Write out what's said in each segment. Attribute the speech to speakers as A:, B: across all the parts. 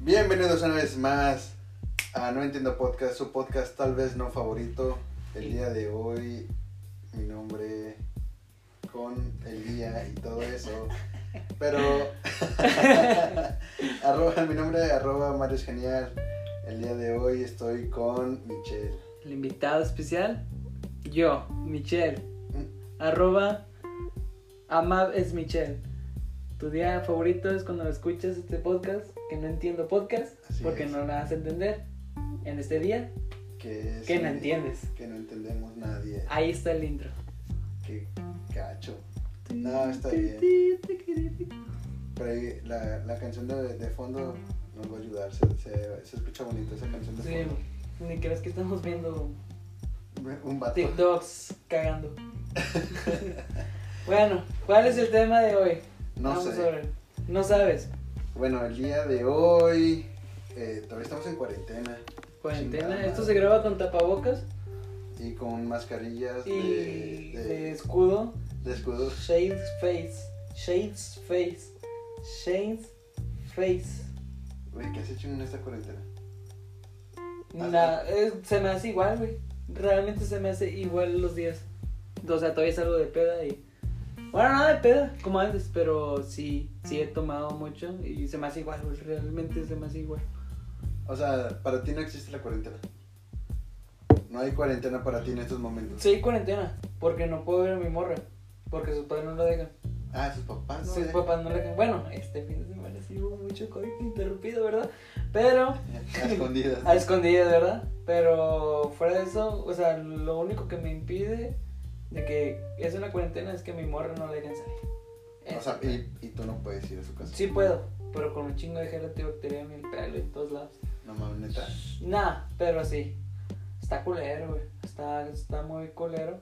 A: Bienvenidos una vez más a No Entiendo Podcast, su podcast tal vez no favorito. El día de hoy, mi nombre con el día y todo eso. Pero, arroba, mi nombre arroba Mario es genial. El día de hoy estoy con Michelle.
B: El invitado especial, yo, Michelle. Arroba Amab es Michelle. Tu día favorito es cuando escuchas este podcast, que no entiendo podcast,
A: Así
B: porque
A: es.
B: no la vas a entender en este día,
A: Que, es
B: que no
A: un-
B: entiendes. Ah.
A: Que no entendemos nadie.
B: Ahí está el intro.
A: Qué cacho. No, está bien. Pero ahí la, la canción de, de fondo nos va a ayudar. Se, se- se escucha bonito esa canción de
B: Sí,
A: fondo.
B: ni crees que estamos viendo
A: Un vato.
B: TikToks cagando. bueno, ¿cuál es el tema de hoy?
A: No
B: Vamos
A: sé.
B: a ver. No sabes.
A: Bueno, el día de hoy. eh, todavía estamos en cuarentena.
B: Cuarentena.
A: Chingada
B: Esto
A: madre.
B: se graba con tapabocas
A: Y con mascarillas
B: y
A: de,
B: de
A: de,
B: escudo.
A: de escudos.
B: Shades Face. Shades Face. Shades Face.
A: Güey, ¿qué has hecho en esta cuarentena?
B: Na- eh, se me hace igual, güey. Realmente se me hace igual los días. O sea, todavía salgo de peda y. Bueno, nada de peda, como antes, pero sí, sí he tomado mucho y se me hace igual, güey. Realmente se me hace igual.
A: O sea, para ti no existe la cuarentena. No hay cuarentena para ti en estos momentos.
B: Sí, cuarentena, porque no puedo ver a mi morra, porque sus padres no lo dejan.
A: Ah, sus papás.
B: sus
A: Sí.
B: papás no lo dejan. Bueno, este fin de semana sí hubo mucho COVID interrumpido, ¿verdad? Pero.
A: A escondidas.
B: A escondidas, ¿verdad? Pero fuera de eso, o sea, lo único que me impide de que es una cuarentena es que mi morra no la dejen salir.
A: O sea, y, y tú no puedes ir a su casa.
B: Sí puedo, pero con un chingo de gel antibacterial en el pelo y en todos lados.
A: No mames, neta.
B: Nah, pero sí. Está culero, güey. Está, está muy culero.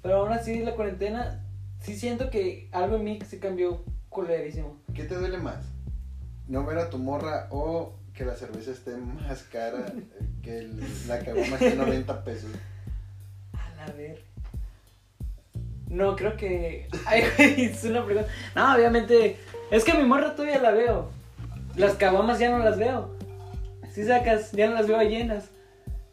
B: Pero aún así, la cuarentena, sí siento que algo en mí se cambió culerísimo.
A: ¿Qué te duele más? ¿No ver a tu morra o que la cerveza esté más cara eh, que el- la caguama esté en 90 pesos?
B: A la ver. No, creo que. Ay, güey, es una pregunta. No, obviamente. Es que mi morra todavía la veo. Las caguamas ya no las veo. Si sacas, ya no las veo llenas.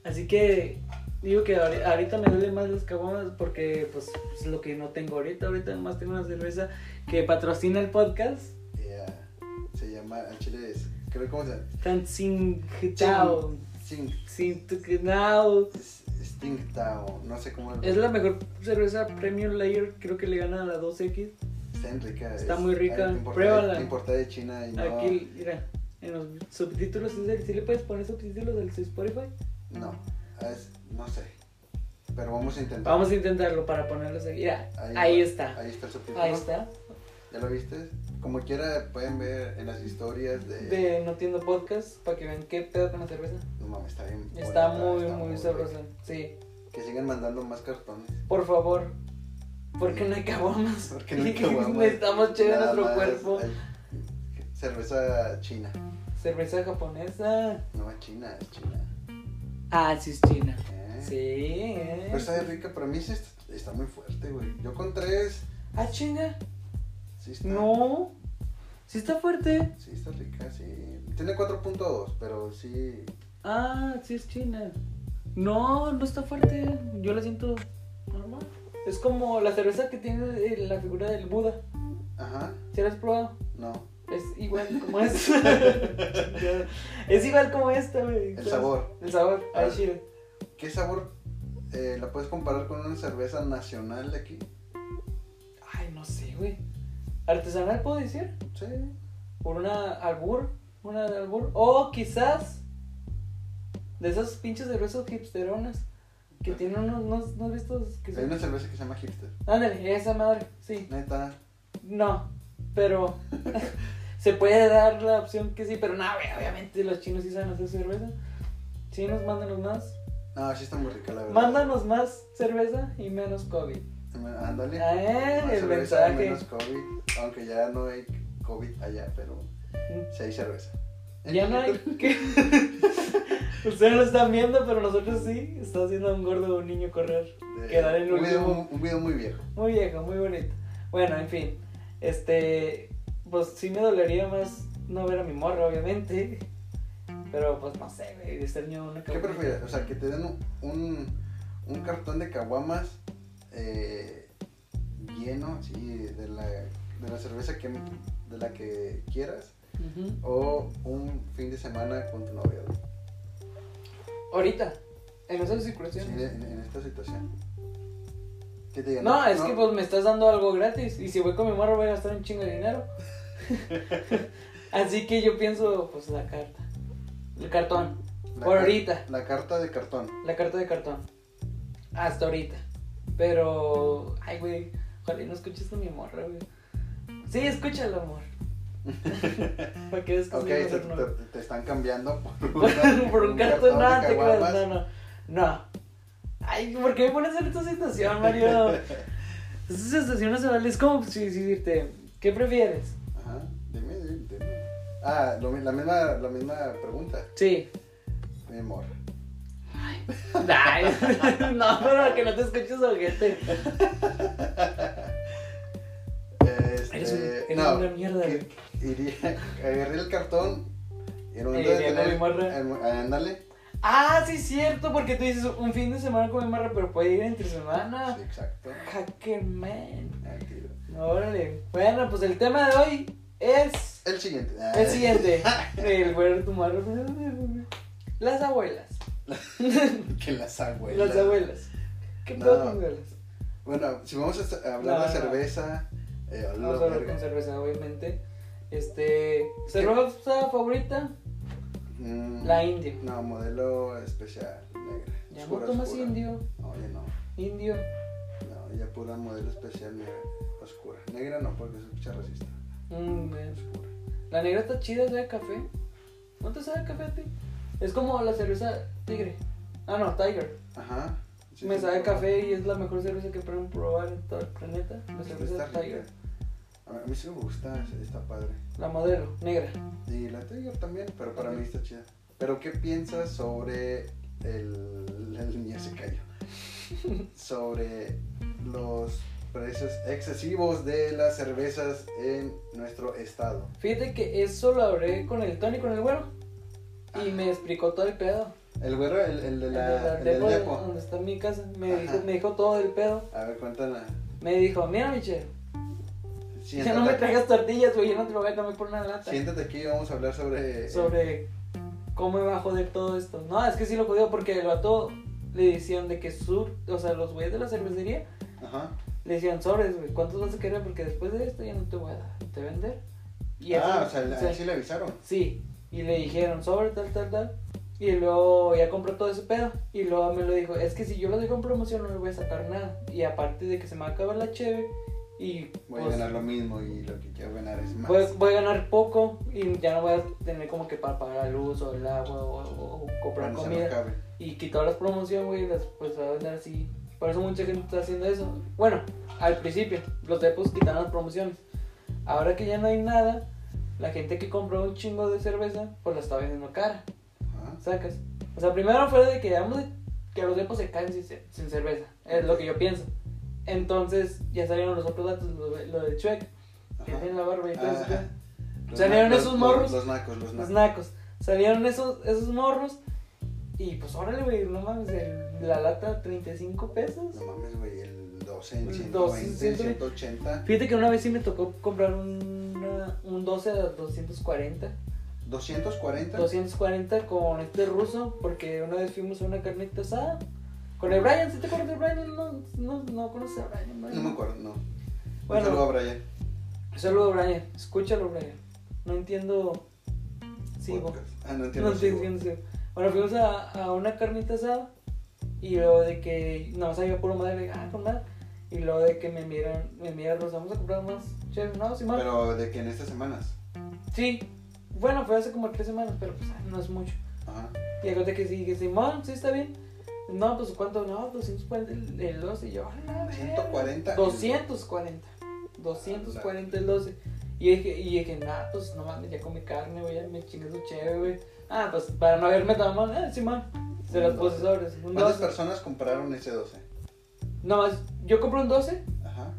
B: Así que. Digo que ahori- ahorita me duele más las caguamas porque, pues, es lo que no tengo ahorita. Ahorita nomás tengo una cerveza que patrocina el podcast.
A: Ya, se llama, al chile es, creo cómo se llama.
B: Tan sin. Chao.
A: Sting,
B: Sin tu que now.
A: es- Sting Tao, no sé cómo
B: Es la mejor cerveza Premium Layer. Creo que le gana a la 2X.
A: Está en rica.
B: está
A: es-
B: muy rica,
A: ah, importada-
B: pruébala.
A: Importada de China y no.
B: Aquí, mira, en los subtítulos, ¿sí le puedes poner subtítulos del Spotify?
A: No, es- no sé. Pero vamos a intentar.
B: Vamos a intentarlo para ponerlos aquí. Mira, ahí, está.
A: Ahí está el subtítulo.
B: Ahí está.
A: ¿Ya lo viste? Como quiera, pueden ver en las historias de.
B: De No Tiendo Podcast, para que vean qué pedo con la cerveza.
A: No mames, está bien.
B: Está
A: bonita,
B: muy,
A: está
B: muy
A: rica.
B: sabrosa. Sí,
A: Que sigan mandando más cartones.
B: por favor. Porque no hay caguamas.
A: Porque no hay caguamas.
B: Necesitamos chévere
A: Nada
B: nuestro
A: más eh.
B: cuerpo.
A: hay Cerveza china.
B: Cerveza japonesa.
A: No es china, es china.
B: Ah, sí, es china.
A: ¿eh? Pues,
B: Sí. eh.
A: Pero está rica, para mí sí está, está muy fuerte, güey. Yo con tres.
B: Ah, chinga.
A: Sí está.
B: No. Sí está fuerte.
A: Sí está rica, sí. Tiene 4.2, pero sí.
B: Ah, sí es china. No, no está fuerte. Yo la siento normal. Es como la cerveza que tiene eh, la figura del Buda.
A: Ajá.
B: ¿Se la has probado?
A: No.
B: Es igual como esta. es igual como esta, güey.
A: El
B: ¿sabes?
A: sabor.
B: El sabor. Ay,
A: Ah.
B: chile.
A: ¿Qué sabor eh, la puedes comparar con una cerveza nacional de aquí?
B: Ay, no sé, güey. Artesanal, puedo decir.
A: Sí.
B: Por una albur. Una de albur. O quizás. De esas pinches cervezas hipsteronas. Que
A: Ah.
B: tienen unos. unos- ¿No has visto? Que
A: Hay
B: son-
A: una cerveza que se llama hipster.
B: Ándale, esa madre. Sí.
A: Neta.
B: No, pero se puede dar la opción que sí, pero no, güey, obviamente los chinos sí saben hacer cerveza. Chinos, mándanos más.
A: No, sí está muy rica, la verdad.
B: Mándanos más cerveza y menos COVID.
A: Ándale.
B: Ah, eh,
A: Más
B: el
A: cerveza,
B: mensaje.
A: menos COVID. Aunque ya no hay COVID allá, pero sí hay cerveza.
B: Mm. Ya no hay que... Ustedes lo están viendo, pero nosotros sí. Está haciendo un gordo un niño correr.
A: De-
B: Quedar en
A: un video,
B: último.
A: un video muy viejo.
B: Muy viejo, muy bonito. Bueno, en fin. Este, pues sí me dolería más no ver a mi morra, obviamente. Pero pues no sé, güey, extraño una
A: ¿Qué
B: caguamita.
A: prefieres? O sea, que te den un, un, un cartón de caguamas eh, lleno, sí, de la, de la cerveza que, de la que quieras,
B: Ujú.
A: o un fin de semana con tu novia, güey.
B: Ahorita, en esas
A: Sí,
B: circulaciones.
A: en, en esta situación. ¿Qué te digan?
B: No, es que pues me estás dando algo gratis. Y si voy con mi morro voy a gastar un chingo de dinero. Así que yo pienso, pues la carta. El cartón.
A: la
B: por
A: car-
B: ahorita.
A: La carta de cartón.
B: La carta de cartón. Hasta ahorita. Pero. Ay, güey. Ojalá y no escuches a mi morra, güey. Sí, escúchalo, amor. Para que veas que
A: Ok,
B: soy
A: te,
B: moderno.
A: te- te están cambiando por, una-
B: por un cartón, no,
A: de
B: te creas,
A: caguamas.
B: no, no, no. Ay, ¿por qué me pones en esta situación, Mario? Esta situación no se vale, es como si si decirte, ¿qué prefieres?
A: Ajá, dime, dime, dime. Ah, lo mi- la, misma, la misma pregunta,
B: Sí.
A: mi amor.
B: Ay, no, pero que no te escuches, ojete.
A: Este,
B: Eres, un- eres
A: no,
B: una mierda,
A: que-
B: güey.
A: iría, agarré el cartón y en momento
B: Y
A: de
B: iría con mi
A: tener...
B: morra.
A: en- Ándale.
B: Ah, sí, cierto, porque tú dices un fin de semana con mi marra, pero puede ir entre semana.
A: Sí, exacto.
B: Hacker man.
A: Al tiro.
B: Órale. Bueno, pues el tema de hoy es.
A: El siguiente.
B: El siguiente. El güey de tu madre. Las abuelas.
A: Que las abuelas.
B: Las abuelas. ¿Qué
A: No.
B: pedo con las abuelas?
A: Bueno, si vamos a s- a hablar
B: No,
A: de
B: no.
A: cerveza... Eh, hola,
B: Vamos a hablar
A: verga.
B: con cerveza, obviamente. Este. ¿Cerveza favorita?
A: Mm,
B: La india.
A: No, modelo especial, negra.
B: Ya no
A: Oscura,
B: tomas
A: oscura.
B: indio.
A: No, ya no.
B: Indio.
A: No, ya pura modelo especial negra, oscura. Negra no, porque se escucha racista.
B: Mm, güey.
A: Oscura.
B: la negra está chida, sabe a café. ¿No te sabe a café a ti? Es como la cerveza tigre. Ah, no, Tiger.
A: Ajá. Sí,
B: Me
A: sí,
B: sabe a
A: sí.
B: café y es la mejor cerveza que pueden probar en todo el planeta. La
A: Está
B: cerveza
A: rica.
B: Tiger.
A: A mí, a mí sí me gusta, sí, está padre.
B: La modelo, negra.
A: Y la Tiger también, pero para
B: Ok.
A: mí está chida. Pero, ¿qué piensas sobre el. El niño se cayó. sobre los precios excesivos de las cervezas en nuestro estado.
B: Fíjate que eso lo hablé con el Tony, con el güero. Y
A: Ah.
B: me explicó todo el pedo.
A: El güero, el, el de
B: El de
A: la.
B: la
A: El del
B: depo de
A: depo.
B: donde está mi casa. Me
A: Ajá.
B: dijo, me dijo todo el pedo.
A: A ver, cuéntala.
B: Me dijo, mira, Michelle, ya
A: Siéntate,
B: no me
A: aquí.
B: traigas tortillas, güey. Yo no te lo voy a comer por una lata.
A: Siéntate aquí y vamos a hablar sobre. eh,
B: sobre cómo iba a joder todo esto. No, es que sí lo jodió porque el vato le decían de que sur, o sea, los güeyes de la cervecería
A: Ajá.
B: le decían sobres, güey, ¿cuántos vas a querer? Porque después de esto ya no te voy a dar, te voy a vender. Y
A: ah,
B: así,
A: o sea,
B: o
A: a
B: sea,
A: él sí le avisaron.
B: sí, y le dijeron sobre tal, tal, tal. Y luego ya compró todo ese pedo. Y luego me lo dijo, es que si yo lo dejo en promoción no le voy a sacar nada. Y aparte de que se me va a acabar la cheve y
A: Voy a
B: pues,
A: ganar lo mismo y lo que quiero ganar es más.
B: voy, voy a ganar poco y ya no voy a tener como que para pagar la luz o el agua o, o- o comprar
A: Cuando se me
B: comida.
A: acabe.
B: Y quitó las promociones, güey, las pues va a vender así. Por eso mucha gente está haciendo eso. Bueno, al principio, los depos quitaron las promociones. Ahora que ya no hay nada, la gente que compró un chingo de cerveza, pues la está vendiendo cara.
A: Ajá.
B: Sacas. O sea, primero fue de que digamos que los depos se caen sin, ce- sin cerveza. Es lo que yo pienso. Entonces ya salieron los otros datos, lo, de- lo del Chuec, que
A: ajá. Ah,
B: tiene la barba y todo eso.
A: Ajá. Los
B: Salieron
A: na-
B: esos
A: los-
B: morros.
A: Los nacos, los nacos.
B: Los nacos. Salieron esos, esos morros. Y pues órale, güey, no mames, el- la lata 35 pesos.
A: No mames, güey, el 12 en
B: El
A: 120,
B: 12,
A: 180,
B: Fíjate que una vez sí me tocó comprar una- un 12 a 240.
A: 240.
B: 240 con este ruso, porque una vez fuimos a una carnita asada. Con el Brian, ¿sí te acuerdas de Brian? No, no, no conoces a Brian, Brian.
A: No me acuerdo, no.
B: Bueno.
A: Un saludo a Brian.
B: Saludo, Brian. Escúchalo, Brian. No entiendo. Sigo.
A: Podcast. Ah, no entiendo.
B: No sé,
A: sigo.
B: sí, no sé. Bueno, fuimos a, a una carnita asada y luego de que no sabía puro madre, le dije, ah, con madre. Y luego de que me miran, me miran, Rosa, vamos a comprar más. Chévere, no, sí, más.
A: Pero de que en estas semanas.
B: Sí, bueno, fue hace como tres semanas, pero pues ah, no es mucho.
A: Ajá.
B: Y acá de que sí, que Simón, sí está bien. No, pues cuánto, no, 240 el, el 12. Y yo, "A la verga".
A: 140. el-
B: 240. 240 el 12. Y dije, y dije, nah, pues no mames, ya comí carne, güey, ya me chingué su chévere, güey. Ah, pues para no haberme tan mal, eh, Simón. Se las
A: Un
B: puse sobres. Un
A: ¿Cuántas
B: 12.
A: personas compraron ese 12?
B: No más, yo compré un 12,
A: Ajá.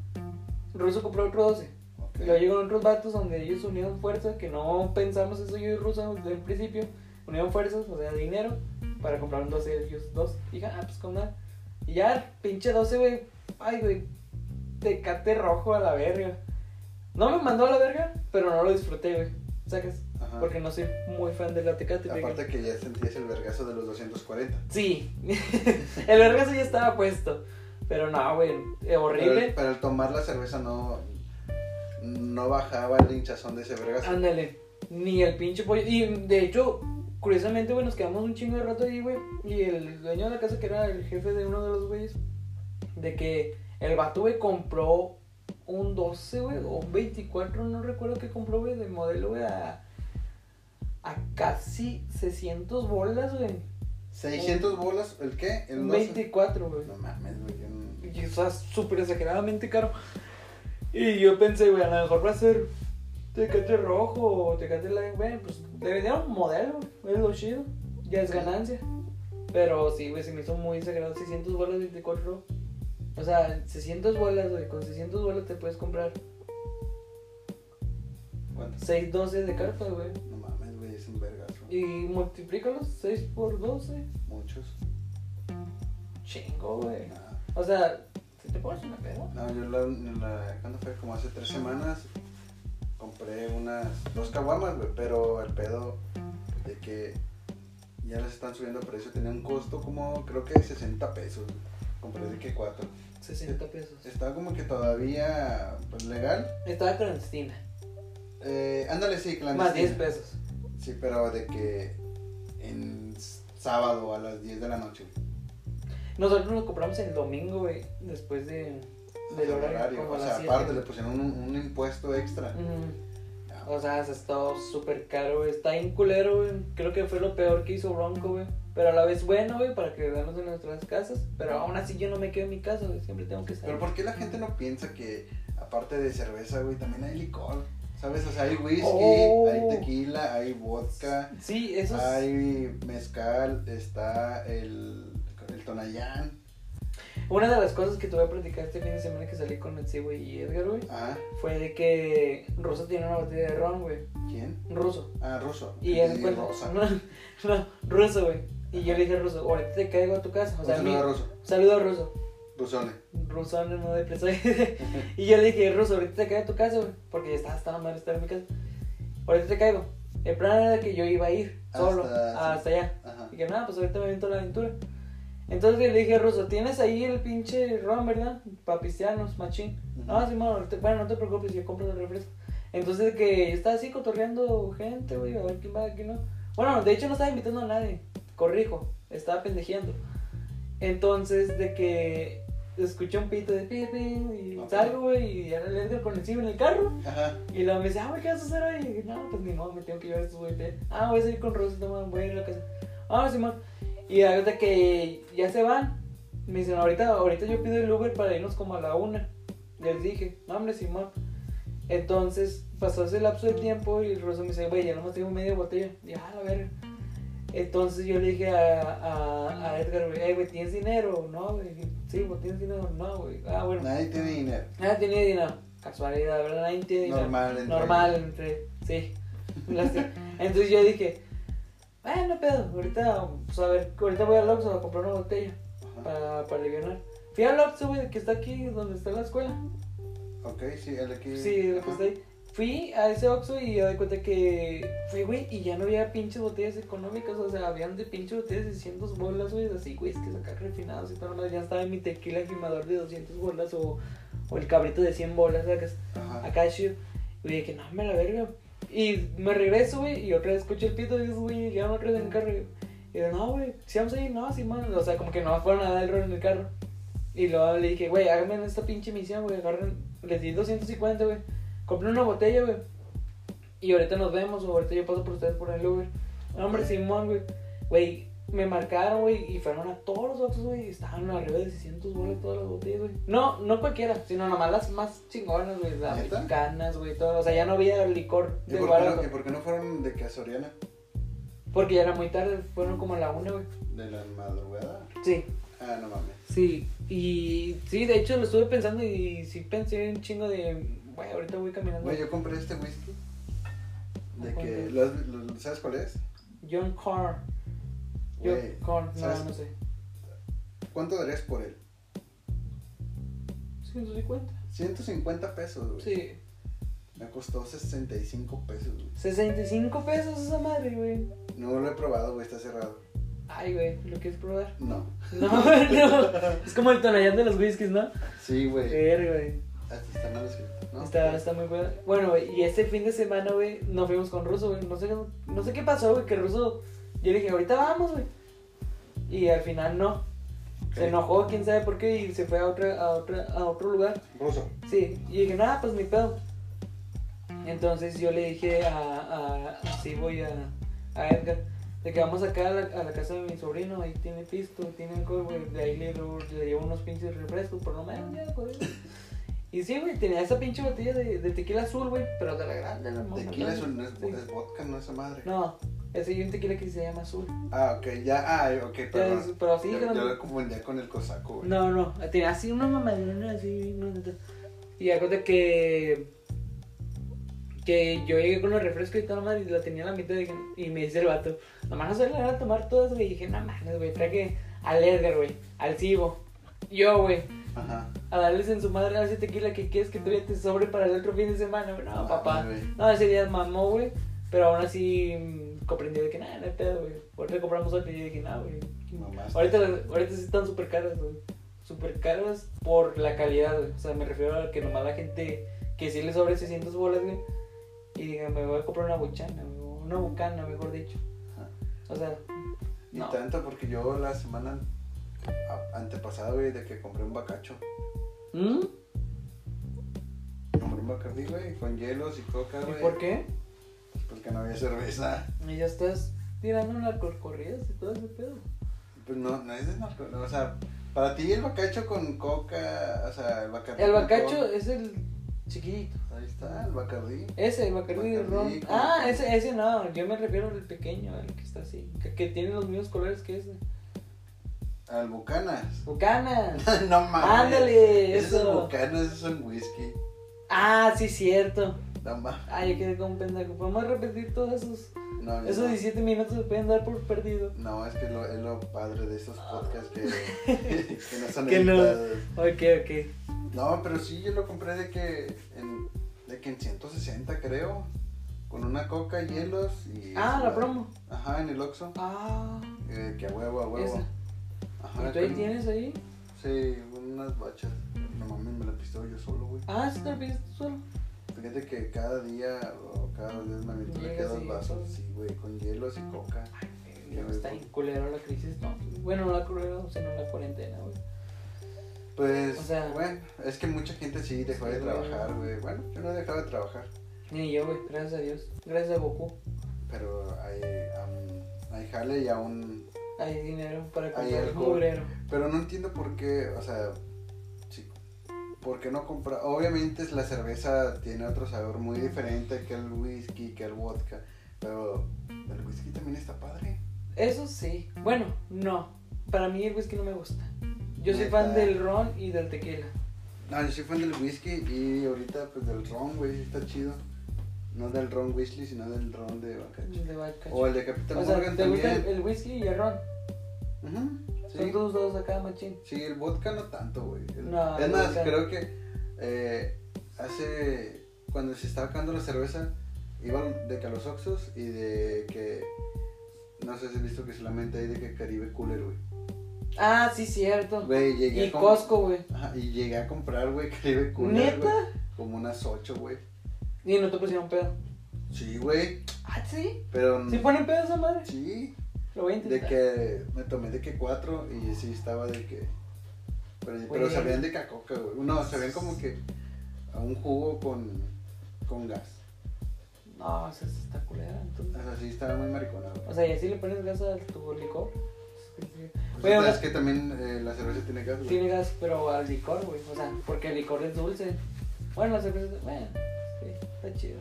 B: Ruso compró otro 12.
A: ok.
B: Y luego llegaron otros vatos donde ellos unieron fuerzas, que no pensamos eso yo y Ruso desde el principio. unieron fuerzas, o sea, dinero, para comprar un 12 de ellos dos. Y dije, ah, pues con nada. Y ya, pinche 12, güey. Ay, güey. Tecate rojo a la verga. No me mandó a la verga, pero no lo disfruté, güey. ¿Sacas?
A: Ajá.
B: Porque no soy muy fan de la tecate. fíjate.
A: Ah. Aparte que ya sentías el vergazo de los 240.
B: Sí. el vergazo ya estaba puesto. Pero no, güey. eh,
A: Pero
B: Horrible.
A: el, pero el tomar la cerveza no, no bajaba el hinchazón de ese vergazo.
B: Ándale, ni el pinche pollo. Y de hecho, curiosamente, güey, nos quedamos un chingo de rato ahí, güey. Y el dueño de la casa, que era el jefe de uno de los güeyes, de que el vato, güey, compró un 12, güey, o un 24, no recuerdo qué compró, güey, de modelo, güey, a, a casi 600 bolas, güey.
A: 600 bolas, ¿el qué? El
B: Un
A: 12.
B: 24, güey.
A: No mames, güey. yo no-
B: Y o sea, súper exageradamente caro. Y yo pensé, güey, a lo mejor va a ser Tecate Rojo o Tecate Light. Bueno, pues le vendieron un modelo, es lo chido. Ya es ganancia. Pero sí, güey, se me hizo muy exagerado. 600 bolas 24. O sea, 600 bolas, güey. Con 600 bolas te puedes comprar
A: ¿Cuánto?
B: 6 12 de carta, güey.
A: No mames, güey, es un vergazo.
B: Y multiplícalos 6 por 12.
A: Muchos.
B: Chingo, güey.
A: Nada.
B: O sea, ¿se te pones una peda?
A: No, yo la, la- ¿Cuándo fue? Como hace tres semanas. Compré unas. Dos caguamas, güey. Pero el pedo de que ya las están subiendo a precio. Tenía un costo como, creo que 60 pesos. güey. Compré de que cuatro.
B: 60 pesos.
A: Está como que todavía pues, legal.
B: Estaba clandestina.
A: Eh, ándale, sí, clandestina.
B: Más 10 pesos.
A: Sí, pero de que en sábado a las 10 de la noche.
B: Nosotros lo compramos el domingo, güey, después de, del
A: El
B: horario. como
A: O
B: a
A: sea,
B: las siete. Mm.
A: aparte le pusieron un, un impuesto extra.
B: Ujú.
A: Ah,
B: O sea, se estado súper caro, güey. Está bien culero, güey. Creo que fue lo peor que hizo Bronco, güey. Pero a la vez bueno, güey, para que veamos en nuestras casas. Pero aún así yo no me quedo en mi casa, güey. Siempre tengo que salir.
A: Pero ¿por qué la gente no piensa que aparte de cerveza, güey, también hay licor? ¿Sabes? O sea, hay whisky,
B: Oh.
A: hay tequila, hay vodka,
B: Sí, eso es...
A: hay mezcal, está el, el tonayán.
B: Una de las cosas que te voy a platicar este fin de semana que salí con el güey, y Edgar, güey,
A: Ah,
B: fue de que Ruso tiene una botella de ron, güey.
A: ¿quién?
B: Un ruso.
A: Ah, ruso.
B: Y
A: es
B: él, güey,
A: rosa.
B: No, no, ruso, güey. Y yo le dije al ruso, ahorita te caigo a tu casa. O sea,
A: Un
B: mi-
A: saludo a ruso.
B: Saludo ruso.
A: Rusone.
B: Ruso no de presa. y yo le dije, ruso, ahorita te caigo a tu casa, güey. Porque ya estaba hasta la madre estar en mi casa. Ahorita te caigo. El plan era que yo iba a ir solo
A: Hasta-
B: hasta, allá.
A: Ajá.
B: Y que nada, pues ahorita me aventó la aventura. Entonces le dije, ruso, tienes ahí el pinche ron, ¿verdad? Papistianos, machín. No,
A: Ujú.
B: sí, bueno, no te preocupes, yo compro el refresco. Entonces que yo estaba así cotorreando gente, güey, a ver quién va, quién no. Bueno, de hecho no estaba invitando a nadie, corrijo, estaba pendejeando. Entonces de que escuché un pito de pipi y
A: Ok.
B: salgo, güey, y era el Edgar con el cibo en el carro.
A: Ajá.
B: Y luego me dice, ah, güey, ¿qué vas a hacer hoy? Y dije, no, pues ni modo, me tengo que llevar a estos güeyes. Ah, voy a salir con Rosa, toma, voy a ir a la casa. Ah, Simón. Y ahorita que ya se van, me dicen, ahorita, ahorita yo pido el Uber para irnos como a la una. Les dije, no, hombre, Simón. Entonces pasó ese lapso de tiempo y Rosa me dice, güey, ya nomás tengo media botella. Y yo, ah, la verga. Entonces yo le dije a, a, a Edgar, güey, "Ey, güey, ¿tienes dinero? No, güey. Sí, güey, ¿tienes dinero? No, güey. Ah, bueno.
A: Nadie tiene dinero.
B: Nadie tiene dinero. Casualidad, ¿verdad? Nadie tiene dinero.
A: Normal. entre-
B: Normal, entre. Sí. Las- Entonces yo dije, bueno, no pedo, ahorita, pues a ver, ahorita voy al Oxxo a comprar una botella
A: Ajá.
B: para, para aliviar. Fui al Oxxo, güey, que está aquí donde está la escuela.
A: Ok, sí, el de aquí.
B: Sí, lo
A: Ajá.
B: que está ahí. Fui a ese Oxxo y ya de cuenta que fui, güey, y ya no había pinches botellas económicas, o sea, habían de pinches botellas de 600 bolas, güey, así, güey, es que sacar refinados y todo, lo demás. ya estaba en mi tequila gimador de 200 bolas o, o el cabrito de 100 bolas, sacas
A: Ajá.
B: acá chido. Y dije, no, me la verga. Y me regreso, güey, y otra vez escucho el pito y digo, güey, ya otra vez en el carro. Y yo, no, güey, si vamos a ir, no, sí, man. O sea, como que no fueron a dar el rol en el carro. Y luego le dije, güey, háganme esta pinche misión, güey, agarren, les di 250, güey. Compré una botella, güey. Y ahorita nos vemos, o ahorita yo paso por ustedes por el Uber. No, hombre, Simón, güey. Güey, me marcaron, güey, y fueron a todos los otros, güey. y Estaban arriba de 600 bolas todas las botellas, güey. No, no cualquiera, sino nomás las más chingonas, güey. Las
A: ¿Neta?
B: mexicanas, güey, todo. O sea, ya no había licor
A: ¿Y
B: de
A: por, qué no, y
B: barato.
A: por qué no fueron de que a Soriana?
B: Porque ya era muy tarde, fueron como a la una, güey.
A: ¿De la madrugada?
B: Sí,
A: Ah, no mames.
B: sí. Y sí, de hecho lo estuve pensando y sí pensé un chingo de, güey, ahorita voy caminando.
A: Güey, yo compré este whisky. De
B: ¿A
A: que.
B: cuánto?
A: ¿lo has- lo- ¿Sabes cuál es?
B: John Carr. John
A: Güey,
B: Carr, no,
A: ¿sabes?
B: no sé.
A: ¿Cuánto darías por él?
B: 150.
A: 150 pesos, güey.
B: Sí.
A: Me costó 65 pesos, güey.
B: 65 pesos esa madre, güey.
A: No lo he probado, güey, está cerrado.
B: Ay, güey, ¿lo quieres probar?
A: No.
B: No, no. Es como el tonallán de los whiskies, ¿no?
A: Sí, güey.
B: Ver, güey.
A: Hasta está mal escrito, ¿no? pues.
B: Está, está muy bueno. Bueno, güey, y este fin de semana, güey, nos fuimos con Ruso, güey. No sé, no sé qué pasó, güey, que Ruso. Yo le dije, ahorita vamos, güey. Y al final no. Se
A: Ok.
B: enojó, quién sabe por qué, y se fue a, otra, a, otra, a otro lugar.
A: Ruso.
B: Sí, y dije, nada, pues ni pedo. Entonces yo le dije a. a sí, voy a, a Edgar. De que vamos acá a la, a la casa de mi sobrino, ahí tiene pisto, tiene alcohol, güey. De ahí le, le llevo unos pinches refrescos, por lo menos, ya, güey. Y sí, güey, tenía esa pinche botella de, de tequila azul, güey, pero de la grande, la mamá,
A: Tequila es, un, es,
B: Sí.
A: es vodka, no esa madre.
B: No, ese hay un tequila que se llama azul.
A: Ah, ok, ya. Ah, ok,
B: Pero,
A: perdón.
B: pero así,
A: yo,
B: grande.
A: yo lo confundía con el cosaco, güey.
B: No, no, tenía así una mamadona así. no, no, no. Y ya cuenta que. Que yo llegué con los refrescos y toda la madre y la tenía en la mitad dije- y me dice el vato: Nomás no se la van a tomar todas, güey. Y dije: No mames, güey, traje al Edgar, güey, al Cibo, yo, güey,
A: Ajá.
B: a darles en su madre a ese tequila que quieres que todavía te sobre para el otro fin de semana, güey. No,
A: Madre,
B: papá.
A: Ah, güey.
B: No, ese día mamó, güey. Pero aún así mm, comprendí de que nada, no hay pedo, güey. Ahorita compramos otro y yo dije, nada, güey.
A: Mamaste.
B: Ahorita, ahorita sí están súper caras, güey. Súper caras por la calidad, güey. O sea, me refiero a que nomás la gente que sí le sobre 600 bolas, güey. Y diga, me voy a comprar una buchana, güey, o una bucana, mejor dicho.
A: Ajá.
B: O sea,
A: Y
B: no.
A: tanto porque yo la semana a- antepasada, güey, de que compré un bacacho.
B: ¿Mm?
A: Compré un bacardí, güey, con hielos y coca,
B: ¿Y
A: Ah, güey.
B: por qué?
A: Porque no había cerveza.
B: Y ya estás tirando las corridas y todo ese pedo.
A: Pues no, no es de narco, no, o sea, para ti el bacacho con coca, o sea, el bacardí.
B: El
A: con
B: bacacho
A: coca.
B: es el chiquitito.
A: Ahí está, el bacardí.
B: Ese, el Bacardi de ron.
A: Bacardí, con-
B: Ah, ese, ese no, yo me refiero al pequeño, al que está así, que, que tiene los mismos colores que ese.
A: Al bucanas.
B: Bucanas.
A: no mames.
B: Ah, Ándale,
A: Esos
B: eso.
A: bucanas, esos son whisky.
B: Ah, sí, cierto.
A: No mames.
B: Ah, yo quedé con pendejo. Podemos repetir todos esos,
A: No, yo
B: esos
A: no.
B: 17 minutos se pueden dar por perdido.
A: No, es que lo, es lo padre de estos podcasts que, que no son
B: Que no.
A: editados.
B: Ok, ok.
A: No, pero sí, yo lo compré de que en, de que en 160, creo. Con una coca, hielos y.
B: Ah, la
A: su-
B: promo.
A: Ajá, en el Oxxo.
B: Ah,
A: Eh, que a huevo, a huevo.
B: esa.
A: Ajá,
B: ¿Y tú ahí
A: con-
B: tienes ahí?
A: Sí, unas bachas. No mames, me la pisteo yo solo, güey.
B: Ah, sí, te lo pides tú solo.
A: Fíjate que cada día o cada dos días me aviento de que
B: Llegas
A: dos
B: y-
A: vasos, sí, güey, con hielos y coca.
B: Eh, luego Está bien culero la crisis, no. Bueno, no la culero, sino la cuarentena, güey.
A: Pues,
B: O sea-
A: bueno, es que mucha gente sí dejó de
B: Sí, güey.
A: trabajar, güey. Bueno, yo no he dejado de trabajar,
B: Ni yo, güey, gracias a Dios. Gracias a Goku.
A: pero hay, am, hay jale y aún...
B: Hay dinero para
A: Hay
B: comprar un
A: alcohol.
B: mugrero.
A: Pero no entiendo por qué, o sea, sí, ¿por qué no comprar? Obviamente la cerveza tiene otro sabor muy diferente que el whisky, que el vodka, pero el whisky también está padre.
B: Eso sí. Bueno, no. Para mí el whisky no me gusta. Yo soy
A: Neta.
B: fan del ron y del tequila.
A: No, yo soy fan del whisky y ahorita pues del ron, güey, sí está chido. No del ron Weasley, sino del ron de Bacacho.
B: De vodka.
A: O el de Capitán
B: O sea,
A: Morgan
B: ¿te gusta
A: también.
B: el, el whisky y el ron?
A: Ujú, sí.
B: Son todos dos acá, machín.
A: Sí, el vodka no tanto, güey. El-
B: No,
A: es
B: el
A: más,
B: vodka.
A: creo que eh, hace. Cuando se estaba acabando la cerveza, iban de que a los Oxos y de que. No sé si has visto que solamente hay de que Caribe Cooler, güey.
B: Ah, sí, cierto.
A: Güey, llegué
B: Y
A: a com-
B: Costco, güey.
A: Ajá, y llegué a comprar, güey, Caribe Cooler. güey,
B: ¿Neta?
A: como unas ocho, güey.
B: Y no te pusieron pedo.
A: Sí, güey.
B: Ah, sí.
A: Pero.
B: ¿Sí ponen pedo esa madre?
A: Sí,
B: Lo voy a
A: Mm. de
B: intentar.
A: que me tomé de que cuatro y sí estaba de que. Pero, pero
B: Güey.
A: sabían de que a coca, güey. No, sabían como que a un jugo con, con gas.
B: No, o sea, esa está culera,
A: O
B: entonces.
A: sea, sí estaba muy maricona, güey.
B: O sea, y así le pones gas a tu licor.
A: Pues,
B: oye,
A: es
B: ahora-
A: que también eh, la cerveza tiene gas, güey.
B: Tiene gas, pero al licor, güey. O sea, porque el licor es dulce. Bueno, la cerveza, bueno, sí, está chido.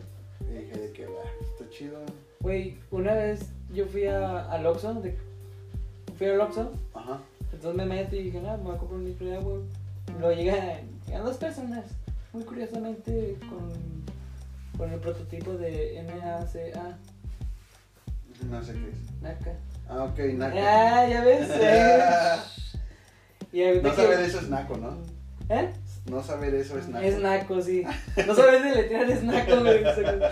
A: Y dije de que, "Bah, está chido.
B: Güey, una vez yo fui a, al Oxxo, de- fui al Oxxo,
A: Ajá.
B: entonces me meto y dije, no, me voy a comprar un litro de agua. Luego llegan, llegan dos personas, muy curiosamente, con, con el prototipo de NACA.
A: No sé qué es.
B: Naca.
A: Ah, ok, naco.
B: Ah, ya ves. eh. Y ahorita
A: No
B: que-
A: saber eso es naco, ¿no?
B: ¿Eh?
A: No saber eso es naco.
B: Es naco, sí. No sabes deletrear es naco, güey.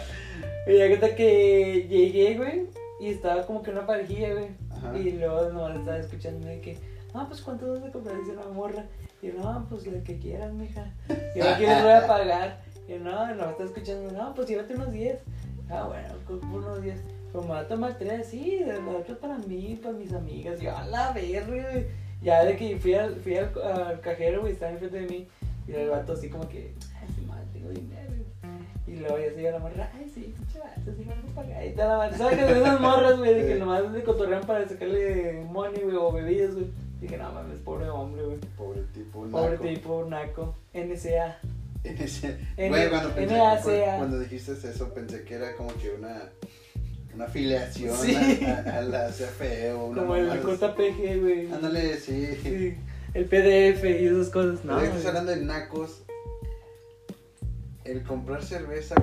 B: Y ahorita que llegué, güey, y estaba como que una parejilla, güey.
A: Ajá.
B: Y luego nomás estaba escuchando de que, ah, pues cuánto vas a comprar, dice la morra. Y yo, no, pues la que quieras, mija. Y yo, ¿qué les voy a pagar? Y yo, no, no, está escuchando, no, pues llévate unos 10. Ah, bueno, ocupo unos 10. Pues me voy a tomar 3, sí, de los otros para mí, para mis amigas. Y yo, a la verga, güey. Ya de que fui al, fui al, al cajero, güey, estaba enfrente de mí. Y el vato así como que, ay, sí, madre, tengo dinero. Y luego ya se iba la morra, ay, sí, pinche vato, sí, vamos a pagar. Y te la madre. ¿Sabes que de esas morras, güey, de que
A: Sí.
B: nomás le cotorrean para sacarle money, güey, o bebidas, güey. Dije, no mames, pobre hombre, güey.
A: Pobre tipo, naco.
B: Pobre tipo, naco. NCA.
A: En ese-
B: En-
A: Güey, cuando, pensé,
B: NACA.
A: cuando dijiste eso pensé que era como que una, una afiliación
B: Sí.
A: a, a- a la CFE o una
B: Como el
A: mamada así.
B: JPG, güey.
A: Ándale, sí.
B: Sí, El PDF y esas cosas, no.
A: Ya que estás
B: güey.
A: hablando de nacos, el comprar cerveza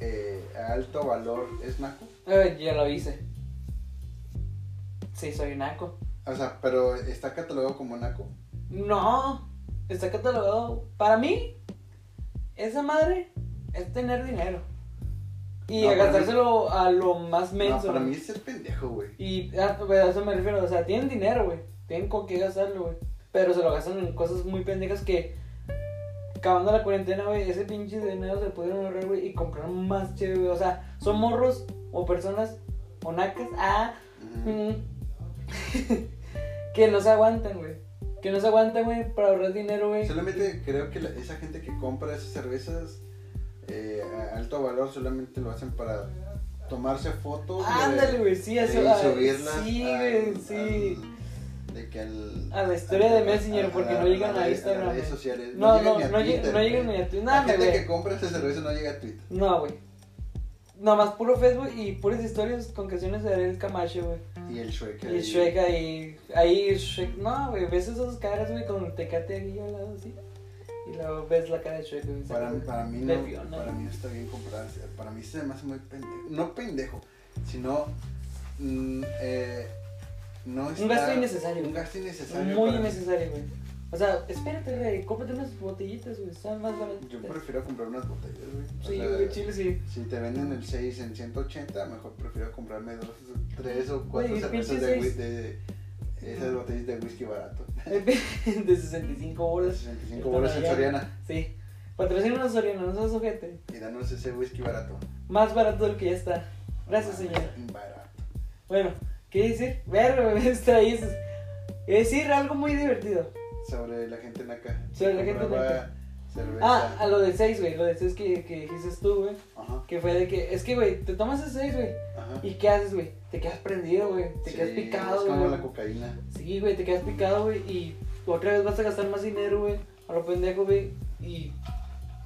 A: eh, a alto valor es naco.
B: Eh, ya lo hice. Sí, soy naco.
A: O sea, pero está catalogado como naco.
B: No, está catalogado. Para mí, esa madre es tener dinero. Y
A: No,
B: a
A: para
B: gastárselo a lo más
A: No,
B: menso.
A: para mí es el pendejo, güey.
B: Y a, a eso me refiero. O sea, tienen dinero, güey. Tienen con qué gastarlo, güey. Pero se lo gastan en cosas muy pendejas que. Acabando la cuarentena, güey, ese pinche dinero se pudieron ahorrar, güey, y comprar más chévere, güey. O sea, son morros o personas o nacas. Ah,
A: Ujú.
B: Mm. que no se aguantan, güey. Que no se aguantan, güey, para ahorrar dinero, güey.
A: Solamente creo que la- esa gente que compra esas cervezas eh, a alto valor solamente lo hacen para tomarse fotos. güey,
B: Ándale, güey, sí,
A: y
B: eso. ah,
A: subirlas.
B: Sí,
A: al-
B: güey, sí.
A: al- de que al-
B: A la historia de
A: al-
B: Messenger, porque
A: la-
B: no llegan a
A: red-
B: Instagram,
A: las redes
B: güey.
A: sociales.
B: No, no,
A: llegan
B: no
A: ni a
B: lleg-
A: Twitter,
B: no
A: güey.
B: llegan ni a Twitter.
A: La
B: Nada,
A: gente que
B: güey.
A: compra esa cerveza no llega a Twitter.
B: No, güey. Nomás puro Facebook y puras historias con canciones de Ariel Camacho, güey.
A: Y el Shrek.
B: Y
A: ahí.
B: Shrek ahí. Ahí Shrek. No, güey, ves esas caras, güey, con el tecate aquí al lado, así. Y luego ves la cara de Shrek, güey.
A: Para, para mí no,
B: De Fiona.
A: para mí no está bien comprar, para mí se me hace muy pendejo, no pendejo, sino mm, eh, no
B: Un gasto innecesario.
A: un gasto innecesario
B: Muy
A: para mí.
B: innecesario, güey. O sea, espérate, güey, cómprate unas botellitas, güey, están más baratas.
A: Yo prefiero comprar unas botellas, güey. O
B: Sí,
A: sea,
B: güey, chile, sí.
A: Si te venden el 6 en 180, mejor prefiero comprarme dos, tres o
B: Güey,
A: cuatro
B: el
A: cervezas
B: pinche
A: de, whi-
B: seis.
A: de, de esas
B: Ajá.
A: botellas de whisky barato.
B: De 65 bolas.
A: 65
B: Están
A: bolas en
B: allá.
A: Soriana
B: Sí. Patrocínanos, Soriana, no seas ojete.
A: y danos ese whisky barato.
B: Más barato del que ya está. Gracias,
A: Mames,
B: señora.
A: Barato.
B: Bueno, ¿qué decir? Ver, güey, me distraí. Decir algo muy divertido.
A: Sobre la gente naca.
B: Sobre la gente
A: Compraba
B: naca.
A: Cerveza.
B: Ah, a lo del 6, güey, lo del 6 que, que dijiste tú, güey.
A: Ajá,
B: Que fue de que, es que, güey, te tomas el 6, güey.
A: ajá.
B: ¿Y qué haces, güey? Te quedas prendido, güey. Te
A: Sí,
B: quedas picado,
A: Es
B: güey.
A: como la cocaína.
B: Sí, güey, te quedas picado, güey, y otra vez vas a gastar más dinero, güey, a lo pendejo, güey, y,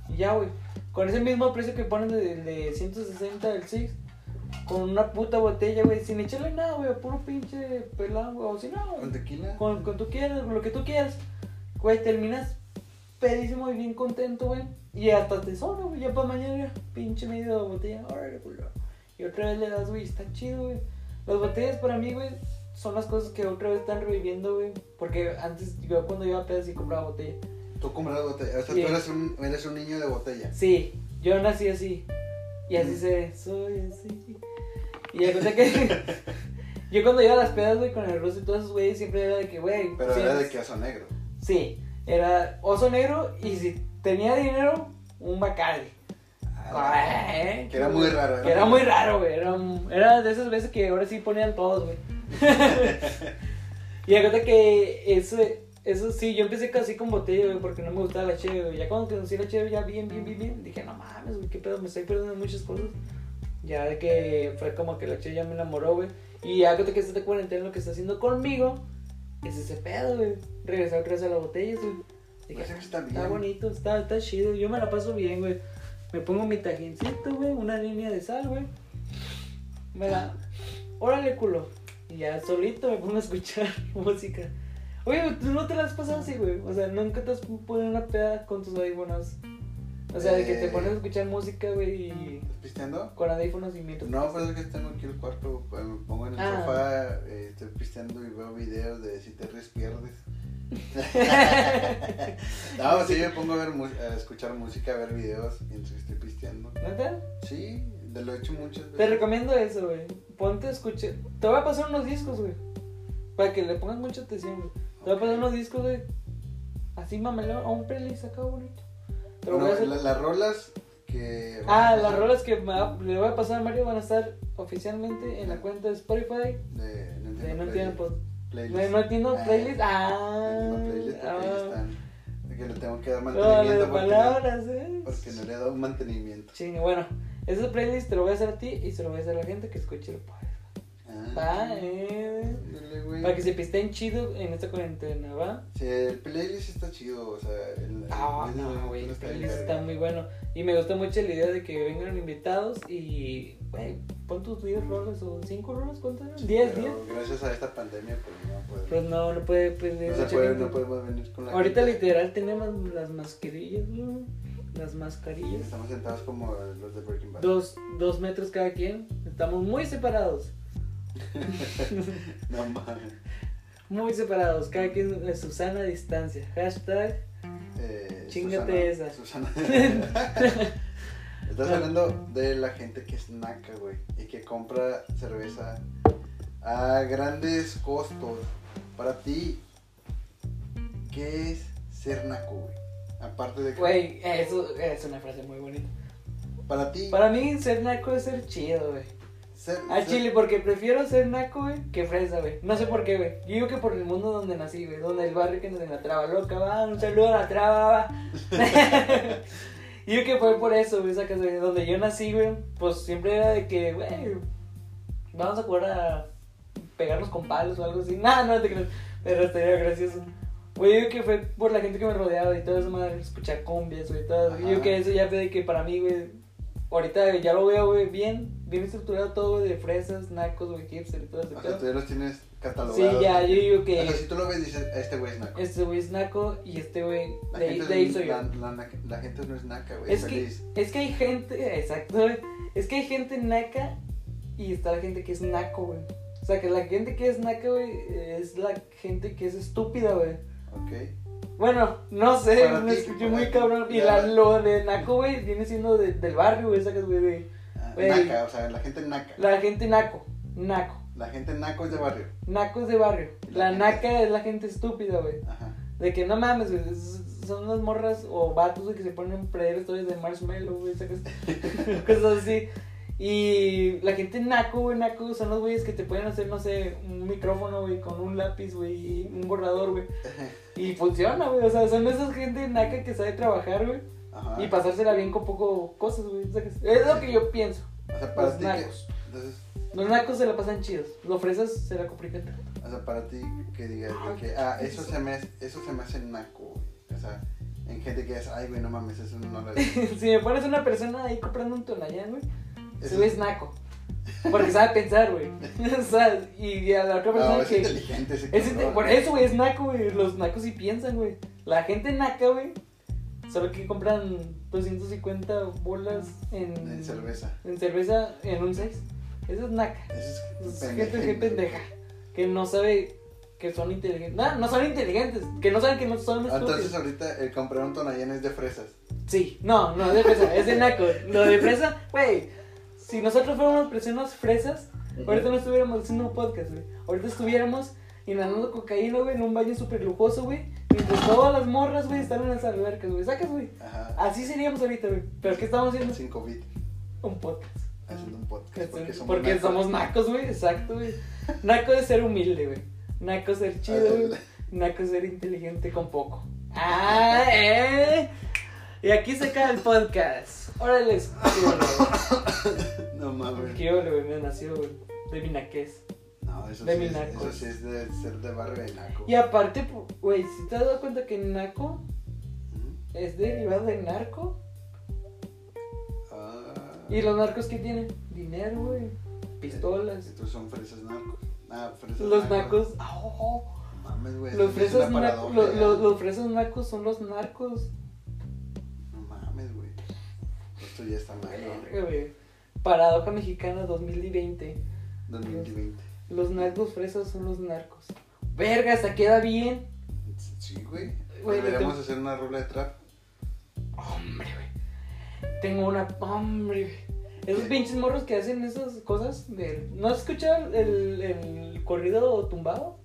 B: y ya, güey. Con ese mismo precio que ponen del de 160 del Six, con una puta botella, güey, sin echarle nada, güey, a puro pinche pelado, güey, o si no,
A: ¿Con
B: güey,
A: tequila?
B: con, con tú quieras, lo que tú quieras, güey, terminas pedísimo y bien contento, güey, y hasta te sobra, güey, ya para mañana, pinche medio botella, órale, culo. Y otra vez le das, güey, está chido, güey. Las botellas para mí, güey, son las cosas que otra vez están reviviendo, güey. Porque antes, yo cuando iba a pedas sí compraba botella.
A: Tú compras botella. O sea,
B: Sí.
A: tú eres un, eres un niño de botella.
B: Sí, yo nací así. Y así
A: Mm.
B: seré, soy así. Y ya cosa que. yo cuando iba a las pedas, güey, con el ruso y todos esos güeyes, siempre era de que, güey.
A: Pero
B: sí,
A: era de
B: es-
A: queso negro.
B: Sí, era oso negro y si tenía dinero, un bacardi. Ay,
A: Que era muy raro, era
B: Que era
A: muy
B: muy raro, güey. Era, era de esas veces que ahora sí ponían todos, güey. y acuérdate que eso, eso sí, yo empecé casi con botella, güey, porque no me gustaba la cheve, güey. Ya cuando conocí la cheve, ya bien, bien, bien, bien, dije, no mames, güey, qué pedo, me estoy perdiendo muchas cosas. Ya de que fue como que la cheve ya me enamoró, güey. Y acuérdate que esta cuarentena lo que está haciendo conmigo es ese pedo, güey. Regresar otra vez a las botellas, güey. Dije, "Ah,
A: Pues eso está bien.
B: Está bonito, está, está chido. Yo me la paso bien, güey. Me pongo mi tajincito, güey. Una línea de sal, güey. Me la. Órale, culo. Y ya solito me pongo a escuchar música. Oye, tú no te la has pasado así, güey. O sea, nunca te has puesto en una peda con tus audífonos. O sea, de que te
A: Eh.
B: pones a escuchar música, güey, y
A: ¿Estás pisteando?
B: con audífonos y mientras.
A: No, pues es que tengo aquí el cuarto, eh, me pongo en el
B: Ah.
A: sofá, eh, estoy pisteando y veo videos de si te ríes pierdes. no, sí, me pongo a, ver, mu- a escuchar música, a ver videos mientras estoy pisteando.
B: ¿Neta?
A: Sí, de lo he hecho muchas veces.
B: Te recomiendo eso, güey. Ponte a escuchar. Te voy a pasar unos discos, güey. Para que le pongas mucha atención, güey. Te voy a pasar unos discos, güey. Así mamelón, a un playlist acá bonito. Te lo voy a
A: No,
B: hacer-
A: la- las rolas que...
B: Ah, las rolas que me va- le voy a pasar a Mario van a estar oficialmente en la cuenta de Spotify
A: De No
B: de
A: Entiendo Playlist.
B: No Entiendo Pod-
A: Playlist.
B: de No Entiendo
A: Ah,
B: Playlist.
A: No
B: Ah,
A: Entiendo Playlist porque ahí
B: ah.
A: están. De Que le tengo que dar
B: No,
A: mantenimiento
B: de
A: porque,
B: palabras, eh.
A: no, porque no le he dado mantenimiento.
B: Chingue, bueno, ese playlist te lo voy a hacer a ti y se lo voy a hacer a la gente que escuche el podcast.
A: Ah,
B: Va, eh.
A: ándale, güey.
B: Para que se pisteen chido en esta cuarentena, ¿va?
A: Sí, el playlist está chido, o sea, el,
B: Ah,
A: el-
B: no,
A: el-
B: güey,
A: el-
B: el
A: está bien
B: playlist
A: verga.
B: está muy bueno. Y me gusta mucho la idea de que vengan invitados y, güey, pon tus 10 roles o 5 roles, ¿cuántos eran? 10, 10.
A: Pero Gracias a esta pandemia, pues no podemos.
B: Pues no, no puede, pues, de
A: no se
B: mucha
A: puede,
B: gente.
A: no podemos venir con la
B: Ahorita
A: gente.
B: literal tenemos las mascarillas, ¿no? Las mascarillas.
A: Estamos sentados como los de Breaking Bad.
B: Dos, dos metros cada quien. Estamos muy separados.
A: No mames.
B: Muy separados. Cada quien a su sana distancia. Hashtag.
A: Eh,
B: Chíngate
A: Susana, Susana. Estás hablando de la gente que es naca, güey, y que compra cerveza a grandes costos. Para ti, ¿qué es ser naco, güey? Aparte de que...
B: Güey, eso es una frase muy bonita.
A: Para ti,
B: Para mí ser naco es ser chido, güey.
A: ser,
B: Al
A: ser-
B: chile, porque prefiero ser naco, güey, que fresa, güey. No sé por qué, güey. Yo digo que por el mundo donde nací, güey. Donde el barrio que nos en la traba loca, va. Un saludo a la traba, va. Yo digo que fue por eso, güey, sacas, güey. Donde yo nací, güey, pues siempre era de que, güey, vamos a jugar a pegarnos con palos o algo así. Nada, no te creo. Pero estaría gracioso. Güey, yo digo que fue por la gente que me rodeaba y todo eso, madre. Escuchar cumbias, güey, todo eso. Yo digo
A: Ajá.
B: que eso ya fue de que para mí, güey, Ahorita ya lo veo, güey, bien, bien estructurado todo, güey, de fresas, nacos, güey, hipster y todo ese
A: O sea, tú
B: pedo.
A: ya los tienes catalogados.
B: Sí, ya, yo digo
A: O sea, si
B: que
A: tú lo ves, dices, este güey es naco.
B: este güey es naco y este güey,
A: La,
B: de ahí,
A: gente
B: de
A: es-
B: ahí soy
A: la,
B: yo.
A: la naca- la gente no es naca, güey,
B: Es
A: es
B: que,
A: feliz.
B: es que hay gente, exacto, güey, es que hay gente naca y está la gente que es naco, güey. O sea, que la gente que es naca, güey, es la gente que es estúpida, güey.
A: Ok.
B: Bueno, no sé,
A: Para
B: me
A: ti,
B: escuché
A: para
B: muy
A: ti,
B: cabrón. Y
A: ya.
B: la, lo de naco, güey, viene siendo de- del barrio, güey, sacas, güey, de
A: Ah,
B: Güey.
A: Naca, o sea, la gente naca.
B: la gente naco, naco.
A: La gente naco es de barrio.
B: Nacos de barrio. La
A: La
B: naca es la gente estúpida, güey.
A: Ajá.
B: De que no mames, güey. s- Son unas morras o vatos güey, que se ponen prayer stories de marshmallow, güey. sacas- Cosas así. Y la gente naco, güey, naco son los güeyes que te pueden hacer, no sé, un micrófono, güey, con un lápiz, güey, y un borrador, güey. Y funciona, güey. O sea, son esas gente naca que sabe trabajar, güey.
A: Ajá.
B: Y pasársela bien con poco cosas, güey. sacas. Es lo que yo pienso.
A: O sea, para
B: Los
A: ti que.
B: nacos.
A: Entonces,
B: Los nacos se la pasan chidos. Los fresas se la complican.
A: o sea, para ti que digas de
B: Ay,
A: que, ah,
B: ¿qué
A: eso
B: es
A: se me, eso se me hace naco, güey. O sea, en gente que es, ay, güey, no mames, eso no lo
B: si me pones una persona ahí comprando un tonallán, güey, ese
A: eso
B: güey es naco. Porque sabe pensar, güey. O sea, y a la otra persona
A: No, es
B: que.
A: inteligente ese
B: es inte-
A: cabrón. ¿eh?
B: por eso, güey, es naco, güey. Los nacos sí piensan, güey. La gente naca, güey. Solo que compran 250 bolas en.
A: De cerveza.
B: En cerveza en un 6. Eso es naca.
A: Eso es
B: Es Pues, gente que
A: pendejante.
B: pendeja. Que no sabe que son inteligentes. No, no son inteligentes. Que no saben que no son
A: Ah,
B: estúpidos.
A: Entonces ahorita el comprar un tonallán es de fresas.
B: Sí, no, no, de fresa, es de naco. Lo de fresa, güey. Si nosotros fuéramos personas fresas, ahorita no estuviéramos haciendo un podcast, güey. Ahorita estuviéramos inhalando cocaína, güey, en un baño súper lujoso, güey. Mientras todas las morras, güey, están en las albercas, güey. Sacas, güey.
A: Ajá.
B: Así seríamos ahorita, güey. Pero ¿qué estamos haciendo?
A: Sin COVID,
B: Un podcast.
A: haciendo un podcast. Porque
B: Porque,
A: somos nacos.
B: somos nacos, güey. Exacto, güey. Naco es ser humilde, güey. Naco es ser
A: Ah,
B: chido, güey. Naco es ser inteligente con poco. ¡Ah, eh! Y aquí se cae el podcast. Órale, qué bueno,
A: No
B: güey.
A: mames.
B: Qué bueno, güey, me nació, güey. De mi naquez.
A: No, eso
B: De
A: sí,
B: mi
A: es,
B: naco.
A: eso sí es de ser de barrio de naco.
B: Y aparte, pu- güey, si te has dado cuenta que naco
A: Ujú.
B: es derivado de narco.
A: Ah.
B: ¿Y los narcos qué tienen? Dinero, güey. Pistolas.
A: Estos son fresas narcos. Ah, fresas
B: Los nacos. ah, oh, oh.
A: Mames, güey.
B: Los
A: esto es
B: fresas
A: una
B: nacos.
A: paradoja.
B: Los, los fresas nacos son los narcos.
A: No mames, güey. Eso ya está mal, ¿no?
B: Verga, güey. Paradoja mexicana 2020.
A: 2020.
B: Los narcos fresas son los narcos. Verga, hasta queda bien.
A: Sí, güey.
B: Güey, yo
A: Deberíamos
B: tengo-
A: hacer una rola de trap.
B: Hombre, güey. Tengo una. Hombre, güey. Esos
A: ¿Qué?
B: pinches morros que hacen esas cosas. del- ¿No has escuchado el, el corrido tumbado?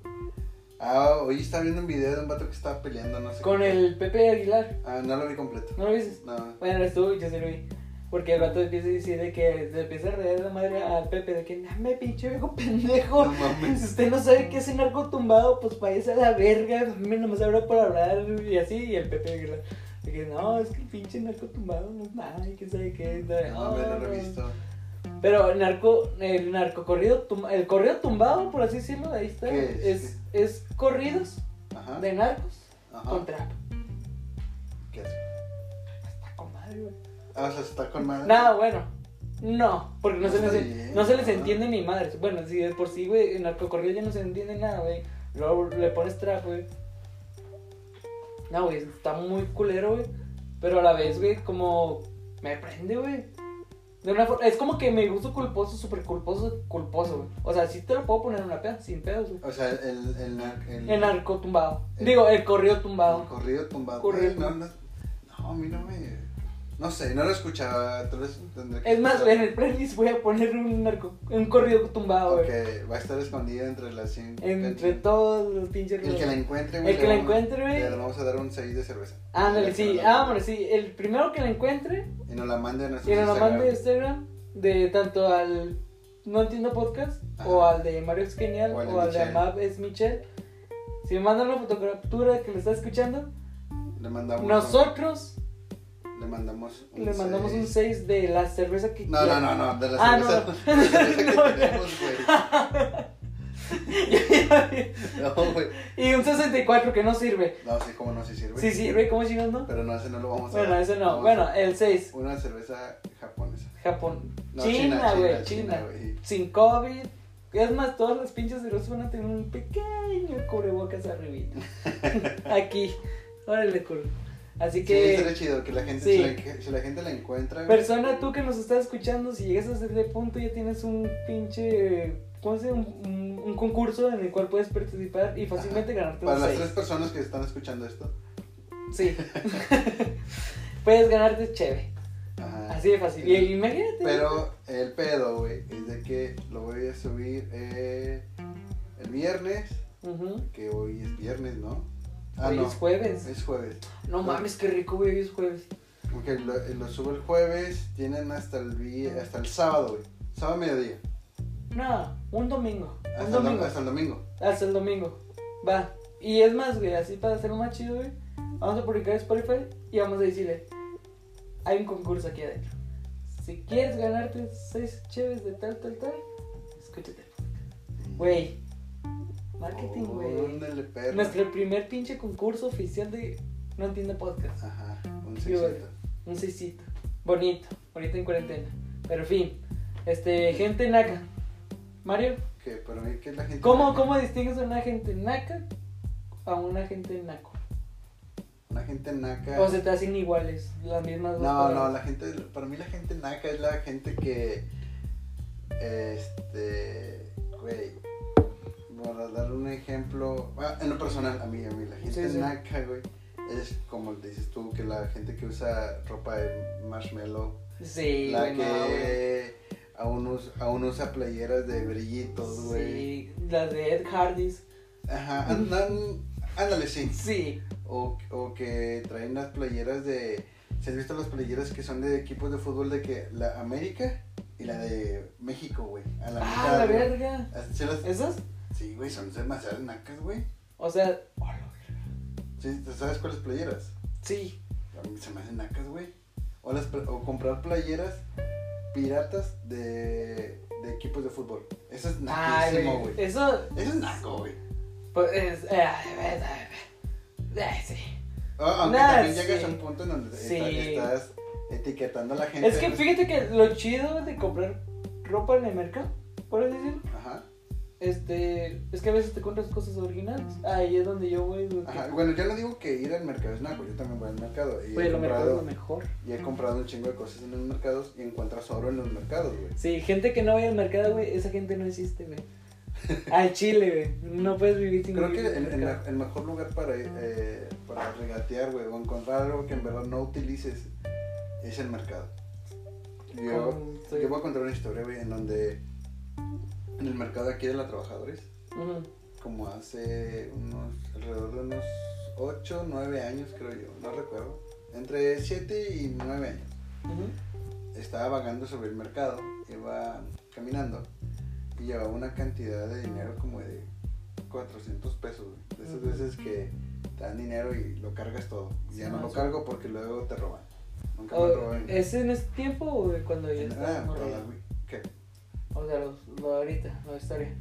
A: Ah, hoy estaba viendo un video de un vato que estaba peleando, no sé.
B: Con
A: qué.
B: el Pepe Aguilar.
A: Ah, no lo vi completo.
B: ¿No lo dices?
A: No.
B: Bueno, estuvo, yo sí lo vi. Porque el vato empieza a decir de que se empieza a reír la madre al Pepe de que dame pinche viejo
A: No
B: pendejo.
A: mames.
B: Si Pues usted no sabe qué es un arco tumbado, pues váyase a la verga, a mí nomás habla por hablar y así, y el Pepe Aguilar, de que no, es que el pinche narco tumbado no es nada, y que sabe qué, no,
A: No, me
B: no,
A: lo
B: no".
A: Ah, he visto.
B: Pero el narco, el narco corrido, tum- el corrido tumbado, por así decirlo, ahí está,
A: ¿Qué es? ¿Ah?
B: es, es corridos
A: Ajá.
B: de narcos con
A: Ajá.
B: trap.
A: ¿Qué hace?
B: Está con madre, güey.
A: Ah, o sea, está con madre.
B: No, bueno. No, porque no,
A: No
B: se, les,
A: está bien,
B: no se les
A: ¿no?
B: entiende ni madres. Bueno, si de por sí, güey, en narcocorrido ya no se entiende nada, güey. Luego le pones trap, güey. No, güey, está muy culero, güey. Pero a la vez, güey, como me prende, güey. De una for- es como que me gusto culposo, súper culposo, culposo, güey. O sea, sí te lo puedo poner en una peda, sin pedos, güey.
A: O sea, el. El, nar- el,
B: El narco tumbado.
A: El-
B: Digo, el corrido
A: Mm. Eh. el
B: tumbado.
A: corrido tumbado.
B: Corrido.
A: Ay, No, no, no, a mí no me. No sé, no lo escuchaba. Tal vez tendré que.
B: Es más, güey, en
A: escuchar.
B: el playlist voy a poner un narco, un corrido tumbado, güey.
A: Ok, va a estar escondido entre las 100.
B: Entre todos los pinches
A: El que la encuentre, güey.
B: El
A: le
B: que la
A: vamos-
B: encuentre, güey.
A: Le vamos a dar un 6 de cerveza.
B: Ándale,
A: El que
B: sí,
A: no
B: ah,
A: la-
B: ándale, sí. El primero que la encuentre
A: Y nos la mande a nuestro
B: y nos la mande de
A: Instagram.
B: Instagram de tanto al No Entiendo Podcast o
A: Ajá.
B: al de Mario es Genial
A: O al de
B: o al de
A: Michelle.
B: Amab es Michelle. Si me mandan una fotografía que me está escuchando,
A: Le mandamos. un-
B: nosotros
A: Le mandamos
B: le mandamos un
A: seis.
B: 6 de la cerveza que
A: No, no,
B: quieran.
A: no, no, de la
B: Ah,
A: cerveza,
B: no.
A: de la cerveza
B: No,
A: que
B: ya.
A: tenemos, güey. No, güey.
B: y un 64 que no sirve.
A: No, sí, como no se sirve.
B: Sí sirve, ¿cómo chingas no?
A: Pero no, ese no lo vamos a
B: Bueno,
A: dar.
B: ese no.
A: Vamos
B: Bueno,
A: a-
B: el 6,
A: Una cerveza japonesa.
B: Japón.
A: No,
B: China,
A: China,
B: güey, China.
A: güey.
B: sin COVID. Es más, todas las pinches cervezas van a tener un pequeño cubrebocas arribita. Aquí. Órale, culo. Así
A: Sí, estaría
B: que,
A: chido que la gente,
B: Sí.
A: si, la, si la gente la encuentra, güey,
B: persona, tú que nos estás escuchando, si llegas a este punto ya tienes un pinche... ¿Cómo se llama? Un, un- un concurso en el cual puedes participar y fácilmente ganarte
A: Para
B: un
A: las
B: 6.
A: tres personas que están escuchando esto.
B: Sí. puedes ganarte chévere.
A: Ajá.
B: Así de fácil. Y imagínate.
A: Ah, Pero el pedo, güey, es de que lo voy a subir eh, el viernes,
B: Ujú.
A: que hoy es viernes, ¿no? Ah,
B: Hoy
A: no,
B: es jueves.
A: es jueves.
B: No mames, qué rico, güey. Hoy es jueves.
A: Ok, lo, eh, lo subo el jueves, tienen hasta el vi- hasta el sábado, güey. Sábado mediodía.
B: No, un domingo. Un
A: Hasta, el, dom-
B: domingo.
A: hasta el domingo.
B: Hasta Ah, el domingo. Va. Y es más, güey, así para hacerlo más chido, güey. Vamos a publicar Spotify y vamos a decirle: Hay un concurso aquí adentro. Si quieres ganarte seis cheves de tal, tal, tal, escúchate. Güey, marketing, güey.
A: Ándale, perro.
B: Nuestro primer pinche concurso oficial de No Entiendo Podcast.
A: Ajá, un
B: Sí, güey.
A: sexito.
B: Un seisito. Bonito. Bonito en cuarentena. Pero en fin. Este, gente naca. Mario,
A: Que para mí que la gente.
B: ¿cómo, cómo distingues a una gente naca a una gente naco?
A: La gente naca.
B: O se te hacen iguales, las mismas dos
A: no, no,
B: palabras.
A: la gente. Para mí la gente naca es la gente que. Este. Güey. Para dar un ejemplo. ah, en lo personal, a mí, a mí, la gente
B: Sí, sí.
A: naca, güey. Es como dices tú, que la gente que usa ropa de marshmallow.
B: Sí,
A: La
B: güey, no, güey.
A: que aún, us- aún usa playeras de brillitos, güey.
B: Sí, las de Ed Hardys.
A: Ajá, andan, ándale, sí.
B: Sí.
A: O, o que traen las playeras de... ¿Se han visto las playeras que son de equipos de fútbol de que la América y la de México, güey? A la
B: ah,
A: mitad,
B: la
A: güey.
B: verga.
A: Así se las-
B: ¿Esas?
A: Sí, güey, son demasiadas nacas, güey.
B: O sea. oh, la verga.
A: Sí, ¿tú ¿Sabes cuáles playeras?
B: Sí.
A: A mí se me hacen nacas, güey. O, las, pla- o comprar playeras piratas de, de equipos de fútbol. Eso es
B: Ay,
A: naquísimo, güey.
B: Eso.
A: Eso es naco, güey.
B: Pues. Es, eh, ay, ay, ay, ay, ay, sí.
A: Ah, Aunque
B: Nah,
A: también llegas
B: sí.
A: a un punto en donde
B: Sí.
A: está- estás etiquetando a la gente.
B: Es que fíjate que lo chido de comprar ropa en el mercado, por así decirlo,
A: Ajá.
B: Este, es que a veces te compras cosas originales. Ahí es donde yo voy. güey, que-
A: Ajá, Bueno, yo no digo que ir al mercado es naco, yo también voy al mercado. Y
B: Güey,
A: he,
B: lo mejor es lo
A: comprado,
B: mejor.
A: y he comprado un chingo de cosas en los mercados y encuentras oro en los mercados, güey.
B: Sí, gente que no vaya al mercado, güey, esa gente no existe, güey. Al chile, güey. No puedes vivir sin
A: Creo
B: vivir
A: que
B: en
A: el,
B: el
A: el-
B: mercado.
A: el mejor lugar para, eh, para regatear, güey, o encontrar algo que en verdad no utilices es el mercado. Yo,
B: Con- soy-
A: yo voy a contar una historia, güey, en donde en el mercado aquí de la Trabajadores,
B: Ujú.
A: como hace unos, alrededor de unos 8, 9 años, creo yo, no recuerdo, entre 7 y 9 años
B: Ujú.
A: estaba vagando sobre el mercado, iba caminando y llevaba una cantidad de dinero como de 400 pesos, güey. De esas
B: Ujú.
A: veces que te dan dinero y lo cargas todo. Y
B: Sí,
A: ya no
B: no,
A: lo
B: sí.
A: cargo porque luego te roban. Nunca
B: Oh, eh,
A: me roban.
B: ¿Es en este tiempo o de cuando ya
A: Ah,
B: está
A: toda,
B: morrado?
A: güey. ¿Qué?
B: O sea, los- lo, de ahorita, la historia.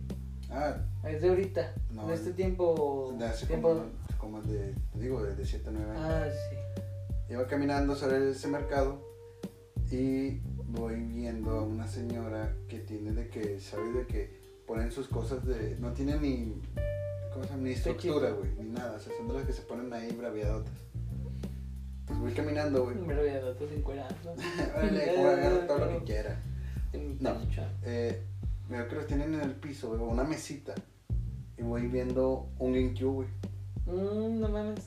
A: Ah,
B: Es de ahorita.
A: No,
B: de este
A: es-
B: tiempo.
A: de hace
B: tiempo...
A: como, como de, te digo, de 7 9 años.
B: Ah, sí.
A: Iba caminando sobre ese mercado y voy viendo a una señora que tiene de que, sabe de que ponen sus cosas de, no tiene ni, ¿cómo se llama? Ni estructura,
B: Techito.
A: güey, ni nada, o sea, son de las que se ponen ahí braviadotas. Pues voy caminando, güey,
B: Me lo voy a dar todo sin cuerazo.
A: órale, como agarro todo lo que quiera.
B: Sin
A: No.
B: pancho.
A: Eh, veo que los tienen en el piso, güey, o una mesita, y voy viendo un GameCube, güey,
B: Mm, no mames.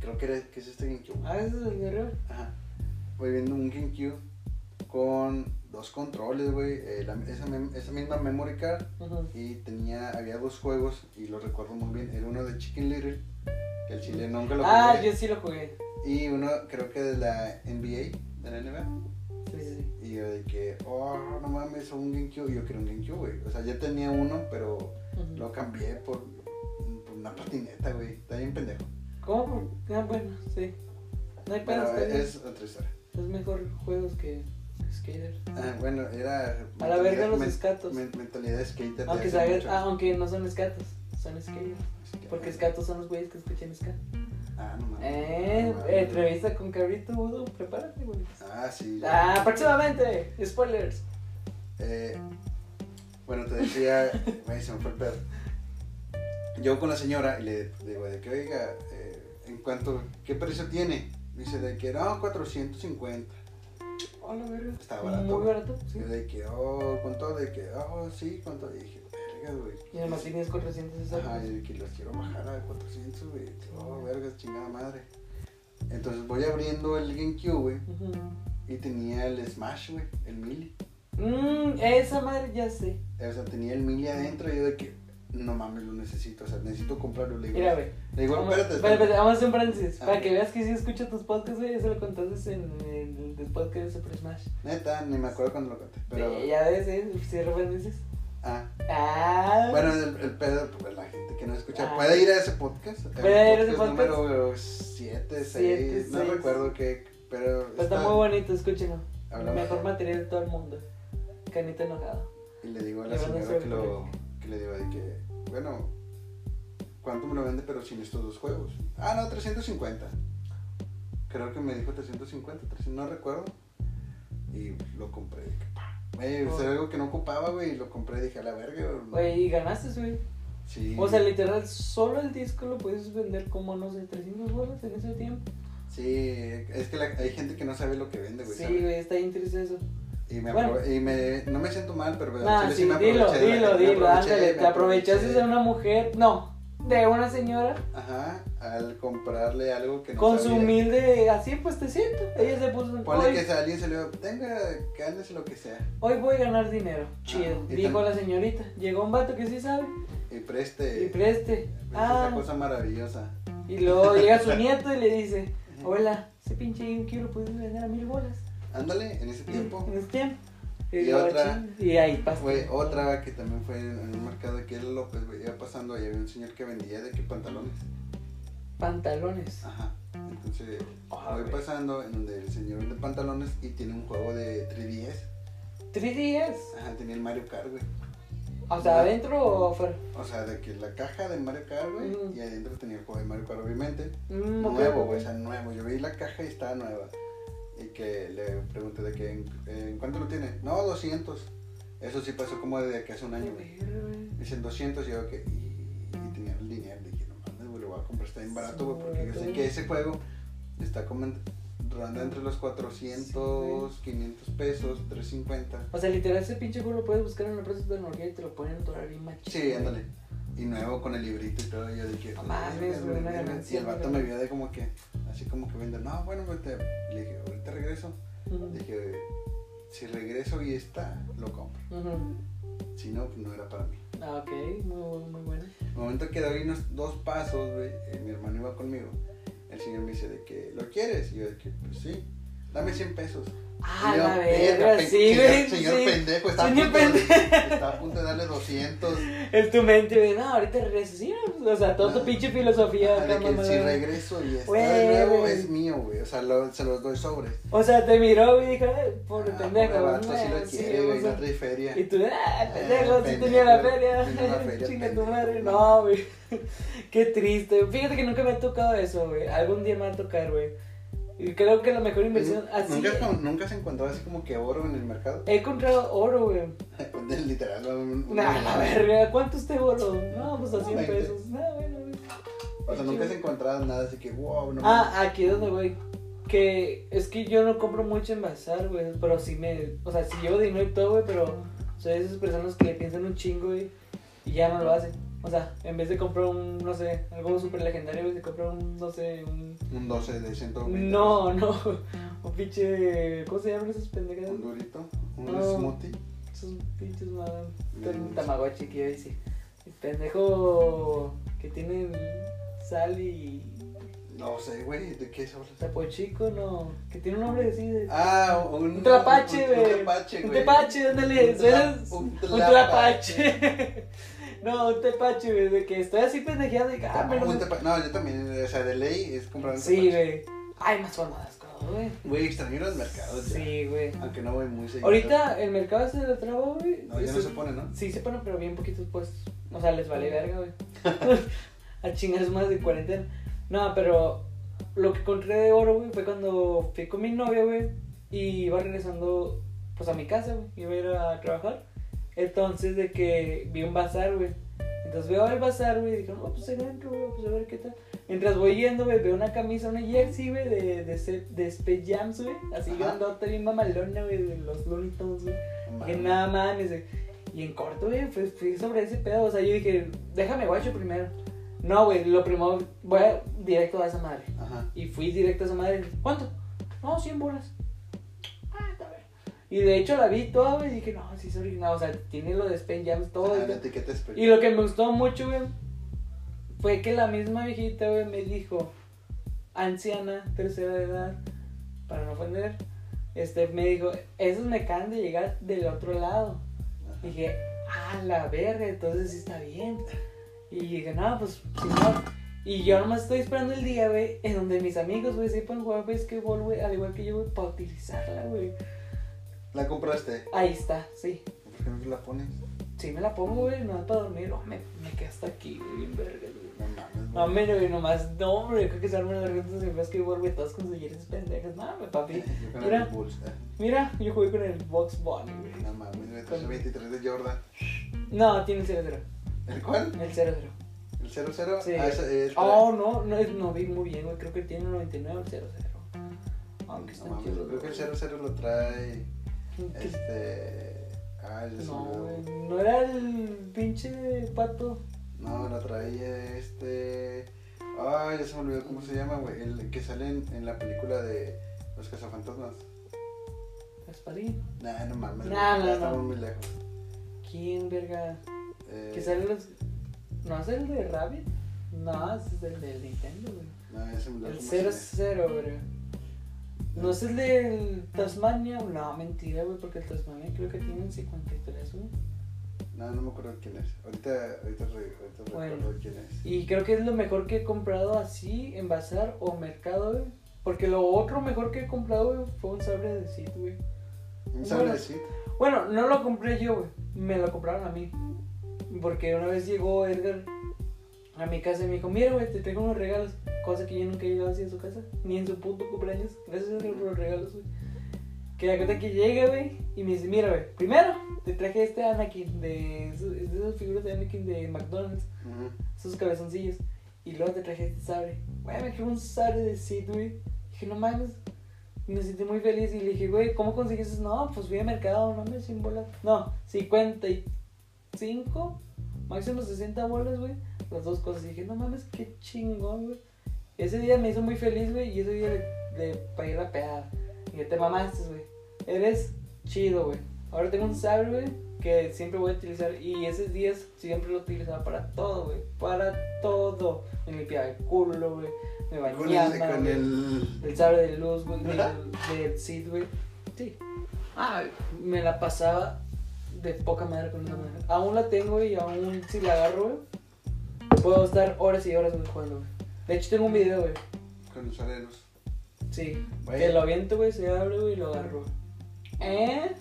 A: creo que, era, que es este GameCube.
B: Ah, ese es el guerrero.
A: Ajá. Voy viendo un GameCube con dos controles, güey. eh, la- esa, mem- esa misma memory card.
B: Ujú.
A: Y tenía, había dos juegos y lo recuerdo muy bien. Era uno de Chicken Little, que el chile nunca lo
B: Ah,
A: jugué.
B: yo sí lo jugué.
A: Y uno creo que de la NBA, de la NBA.
B: Sí, sí, sí.
A: Y yo de que, oh, no mames, un GameCube. Yo quería un GameCube, güey. O sea, ya tenía uno, pero
B: Ujú.
A: lo cambié por, por una patineta, güey. Está bien pendejo.
B: ¿Cómo? Ah, bueno, sí. No hay pedo,
A: Pero
B: está bien.
A: es
B: es...
A: otra historia.
B: mejor juegos que skaters.
A: Ah, bueno, era.
B: A la
A: mentalidad-
B: verga los
A: men-
B: escatos.
A: men- mentalidad skater. de
B: Aunque,
A: hace
B: sabes,
A: mucho. Ah,
B: ah, aunque no son escatos, son skaters.
A: Skate.
B: Porque escatos son los güeyes que escuchan ska.
A: Ah, no mames.
B: Eh,
A: No mames.
B: entrevista con Cabrito Udo, prepárate, güey.
A: Ah, sí.
B: Ah, próximamente, spoilers.
A: Eh, bueno, te decía. Güey, se me fue el pedo. Yo con la señora y le digo, de que oiga, eh, ¿en cuánto? ¿Qué precio tiene? Me dice, de que no, 450.
B: Hola, verga.
A: Está barato.
B: Muy barato,
A: Y
B: sí.
A: Yo de que, oh, con todo, de que, oh, sí, con todo. Y dije, verga, güey.
B: Y además tienes 400
A: Ajá,
B: exactos.
A: y de que los quiero bajar a 400, güey. Oh, vergas, chingada madre. Entonces voy abriendo el GameCube, güey.
B: Ujú.
A: Y tenía el Smash, güey. El Mili.
B: Mmm, esa madre ya sé.
A: O sea, tenía el Mili adentro. Y yo de que, no mames, lo necesito. O sea, necesito comprarlo. Le digo,
B: Mira, güey.
A: le digo
B: Vamos-
A: espérate,
B: espérate,
A: espérate.
B: espérate, vamos a hacer un paréntesis.
A: Ah,
B: Para
A: ok.
B: que veas que sí escucho tus podcasts, güey. Eso lo contaste en el, el podcast de Super Smash.
A: Neta, ni me acuerdo cuando lo conté. Pero,
B: Eh, ya ves, ¿eh? Si de repente dices.
A: ah,
B: Ah.
A: bueno, el, el pedo, pues la gente que no escucha,
B: Ah.
A: puede ir a ese podcast. El
B: Puede ir a ese podcast.
A: Número 7,
B: Siete,
A: 6, no
B: seis.
A: recuerdo qué. Pero
B: Pero está muy bonito, escúchenlo.
A: Hablamos.
B: Mejor material de todo el mundo. Canito enojado.
A: Y le digo a
B: Le
A: la
B: van a
A: señora
B: hacer
A: que, lo, que le digo de que, bueno, ¿cuánto me lo vende pero sin estos dos juegos? Ah, no, 350. Creo que me dijo 350, 300, no recuerdo. Y lo compré. dije, pa. Güey, o sea, algo que no ocupaba, güey, y lo compré. Dije, a la verga, güey.
B: Oh. Güey, y ganaste, güey.
A: Sí,
B: O sea, literal, solo el disco lo puedes vender como, no sé, 300 bolas en ese tiempo.
A: sí, es que la- hay gente que no sabe lo que vende, güey.
B: Sí,
A: ¿sabes?
B: güey, está interesante eso.
A: Y, me
B: Bueno.
A: aprove- y me, no me siento mal, pero Pues, al
B: Nah,
A: chile
B: sí,
A: me
B: dilo,
A: aproveché de la
B: dilo,
A: gente, me
B: dilo,
A: aproveché,
B: ándale.
A: me
B: Te aprovechaste
A: aproveché.
B: de una mujer, no, de una señora
A: Ajá, al comprarle algo que no
B: con su
A: sabía.
B: humilde, así pues te siento. Ella se puso,
A: Ponle
B: hoy,
A: que a alguien se le tenga, cándese lo que sea.
B: hoy voy a ganar dinero. Chido,
A: Ah, y
B: dijo
A: tan-
B: la señorita. Llegó un vato que sí sabe
A: Y preste.
B: y preste.
A: Es
B: Ah,
A: Pues Esa cosa maravillosa.
B: y luego llega su nieto y le dice, hola, ese pinche GameCube lo puedes vender a mil bolas.
A: Ándale, en ese tiempo.
B: En este tiempo.
A: Y
B: luego,
A: otra-
B: chin, Y ahí pasa.
A: Güey, otra que también fue en, en un mercado aquí en López, güey. Iba pasando ahí, había un señor que vendía de qué pantalones.
B: Pantalones.
A: Ajá. Entonces,
B: Ah,
A: voy
B: güey.
A: pasando en donde el señor vende pantalones y tiene un juego de 3DS.
B: 3DS.
A: Ajá, tenía el Mario Kart, güey.
B: O sea, adentro o afuera.
A: O sea, de que la caja de Mario Kart, güey.
B: Ujú.
A: Y adentro tenía el juego de Mario Kart, obviamente.
B: Mm,
A: nuevo,
B: ok.
A: güey, o sea, nuevo. Yo vi la caja y estaba nueva. Y que le pregunté de que, ¿en, en cuánto lo tiene? No, 200. Eso sí pasó como desde que hace un año, güey. Dicen 200 y yo que... Y, y tenía el dinero. Dije, no mames, güey, lo voy a comprar. Está bien barato, güey. Porque yo sé que ese juego está como en- rondando entre los 400, 500 pesos, 350.
B: O sea, literal, ese pinche juego lo puedes buscar en la empresa de tecnología y te lo ponen a tu bien machín.
A: Sí, ándale. Y nuevo con el librito y todo, y yo dije,
B: No mames,
A: "Verga,
B: güey, una
A: verga". Y
B: ganancia,
A: el vato me
B: güey.
A: vio de como que, así como que vende, no, bueno, pues te... le dije, ahorita regreso.
B: Ujú,
A: Dije, si regreso y está, lo compro.
B: ujú.
A: Si no, pues no era para mí.
B: Ah, ok, muy, bu- muy bueno.
A: El momento que doy unos dos pasos, güey, eh, mi hermano iba conmigo. El señor me dice, de que, ¿lo quieres? Y yo, de que, pues sí, dame 100 pesos.
B: Ah,
A: Y yo,
B: la verga,
A: pen-
B: sí,
A: señor-
B: güey.
A: Señor
B: sí.
A: pendejo, está a
B: Señor
A: punto de-
B: pendejo.
A: está a punto de darle 200.
B: En tu mente, güey, no, ahorita regreso. Sí, o sea, toda tu pinche filosofía.
A: Ajá, de
B: acá,
A: Ah, que
B: mamá,
A: si
B: güey.
A: regreso y está
B: Güey.
A: de nuevo es mío, güey. O sea, lo- se los doy sobres.
B: O sea, te miró y dijo, eh, pobre
A: Ah,
B: pendejo.
A: pobre vato,
B: güey, eh,
A: si lo
B: sí,
A: quiere,
B: o
A: güey,
B: sea,
A: no trae feria.
B: Y tú, ah,
A: Ah,
B: pendejo, sí
A: pendejo,
B: tenía la feria.
A: tenía la feria,
B: Chinga tu
A: pendejo.
B: madre. No, güey. Qué triste. Fíjate que nunca me ha tocado eso, güey. Algún día me va a tocar, güey. Y creo que la mejor inversión. Así.
A: ¿Nunca, has con- nunca has encontrado así como que oro en el mercado?
B: He comprado oro, güey.
A: Literal, un- un-
B: Nah, la verga. ¿Cuánto este oro? No, pues a 100
A: Veinte.
B: pesos. No, bueno, güey.
A: O sea, nunca has encontrado nada así que, wow, no
B: Ah, aquí es donde voy. Que es que yo no compro mucho en bazar, güey. Pero sí me. O sea, si llevo dinero y todo, güey. Pero soy de esas personas que le piensan un chingo, güey. Y ya no lo hacen. O sea, en vez de comprar un, no sé, algo super legendario, güey, se compra un, no sé, un.
A: un 12 de 120.
B: No, no. Un pinche. ¿Cómo se llaman esas pendejas?
A: Un durito, un
B: No.
A: smoothie.
B: Esos pinches madres.
A: Mm.
B: Un tamagotchi que yo hice. El pendejo que tienen sal y.
A: No sé, güey, ¿de qué hablas?
B: Tapo chico, no. Que tiene un nombre así de.
A: Ah, un.
B: Un tlapache,
A: un-
B: güey.
A: Un tlapache,
B: Un
A: güey.
B: tepache, ándale.
A: Un
B: suena-
A: tla-
B: Un
A: un
B: tlapache. No, un tepache, güey. De que estoy así pendejeado y que, ah, pero.
A: Un tapa- No, yo también, o sea, de ley es comprar un
B: Sí,
A: tapache.
B: güey. Ay, más formadas, cabrón, güey.
A: Güey, extraño los mercados. ya.
B: Sí, güey.
A: Aunque no voy muy seguido.
B: Ahorita el mercado ese de la traba, güey.
A: No, ya no
B: es-
A: se pone, ¿no?
B: Sí, se pone, pero bien poquitos puestos. O sea, les vale verga, güey. A chingar más de cuarentena. No, pero lo que encontré de oro, güey, fue cuando fui con mi novia, güey. Y iba regresando, pues, a mi casa, güey. Iba a ir a trabajar. Entonces, de que vi un bazar, güey. Entonces veo el bazar, güey, y dije, no, pues ahí dentro, güey, pues a ver qué tal. Mientras voy yendo, güey, veo una camisa, una jersey, güey, de, de, Sep- de Space Jams, güey. Así
A: Ajá.
B: grandota, bien mamalona, güey, de los Looney Tunes, güey. Que
A: Mames.
B: nada mames. güey. Y en corto, güey, fui, fui sobre ese pedo. O sea, yo dije, déjame guacho primero. No, güey, lo primero, voy a- directo a esa madre.
A: Ajá.
B: Y fui directo a esa madre. ¿Cuánto? No, 100 bolas. Ah, está bien. Y de hecho la vi toda, güey, y dije, no, sí es original. O sea, tiene lo de Spain Jams, todo.
A: Ajá,
B: y
A: la
B: todo.
A: etiqueta es pe-
B: Y lo que me gustó mucho, güey, fue que la misma viejita, güey, me dijo, anciana, tercera de edad, para no ofender, este, me dijo, esos me acaban de llegar del otro lado.
A: Ajá.
B: Dije, a la verga, entonces sí está bien. Y dije, no, pues, si no. Y yo nomás estoy esperando el día, güey, en donde mis amigos, güey, sepan jugar basquetbol, güey, al igual que yo, güey, para utilizarla, güey.
A: La compraste.
B: Ahí está, sí.
A: ¿Por qué no la pones?
B: Sí me la pongo, güey, no es para dormir, no, me, me quedé hasta aquí, güey, bien verga, güey.
A: No mames,
B: No,
A: güey.
B: hombre, güey, nomás, no, hombre, creo que se arman las retas en basketball, güey, todas con sus jerseys pendejas. No, güey, papi.
A: Yo con
B: Mira.
A: el Bulls, eh.
B: Mira, yo jugué con el Box Bunny, güey.
A: No mames, güey. traes el 23 de Jordan.
B: No, tiene el 0-0.
A: ¿El cuál?
B: El 0-0.
A: ¿El 00?
B: Sí.
A: Ah, ese, el
B: Oh, no, no, es- no vi muy bien, güey, creo que tiene 99 el 0-0. Aunque
A: Ah, No
B: está
A: mames,
B: chido.
A: creo que el 00 lo trae. Este. Ah, ya se
B: No,
A: me olvidó.
B: güey, no era el pinche pato.
A: No, lo traía este. Ay, ya se me olvidó cómo se llama, güey. El que sale en, en la película de Los Cazafantasmas.
B: Gasparín.
A: Nah, no mames.
B: Nah,
A: güey,
B: no, no.
A: Estamos muy lejos.
B: ¿Quién, verga?
A: Eh,
B: Que salen los. ¿No es el de Rabbit? No, ese es el del Nintendo, güey.
A: No, ya se me olvidó
B: El
A: cómo
B: 0
A: se
B: 0, güey. No es el del Tasmania. No, mentira, güey, porque el Tasmania creo que tiene un 53, güey.
A: llama. No, no me acuerdo quién es. Ahorita, ahorita, re- ahorita
B: Bueno.
A: recuerdo quién es.
B: Y creo que es lo mejor que he comprado así en bazar o mercado, güey. Porque lo otro mejor que he comprado, güey, fue un sabre de Sith, güey.
A: Un sable
B: Bueno.
A: de Sith.
B: Bueno, no lo compré yo, güey. Me lo compraron a mí. Porque una vez llegó Edgar a mi casa y me dijo, mira, güey, te traigo unos regalos. Cosa que yo nunca he llegado así a su casa. Ni en su puto cumpleaños. Gracias Edgar por los regalos, güey. Que Dakota que llega, güey, y me dice, mira, güey, primero te traje este Anakin de, esos- de esas figuras de Anakin de McDonald's,
A: Ujú.
B: esos cabezoncillos, y luego te traje este sabre. Güey, me trajo un sabre de Sith, güey. Dije, no mames. Y me sentí muy feliz y le dije, güey, ¿cómo conseguiste? eso?". No, pues fui al mercado, no me sin bolas. No, 55, máximo 60 bolas, güey. Las dos cosas. Y dije, no mames, qué chingón, güey. Ese día me hizo muy feliz, güey, y ese día le, le pagué la pedada. Y te mamaste, güey. Eres chido, güey. Ahora tengo un sabre, güey, que siempre voy a utilizar. Y esos días siempre lo utilizaba para todo, güey. Para todo. Me limpiaba el culo, güey. Me
A: Con el,
B: bañaba.
A: con
B: güey.
A: el...
B: El sabre de luz, güey, del,
A: ¿Verdad?
B: del Cid, güey. Sí. Ah, me la pasaba de poca madre con esa madre. Aún la tengo, güey, y aún si la agarro, güey, puedo estar horas y horas güey, jugando, güey. De hecho, tengo un video, güey.
A: Con los arenos.
B: Sí.
A: Güey. Uh.
B: Que lo aviento, güey, se abre, güey, y lo agarro. güey. ¿Eh?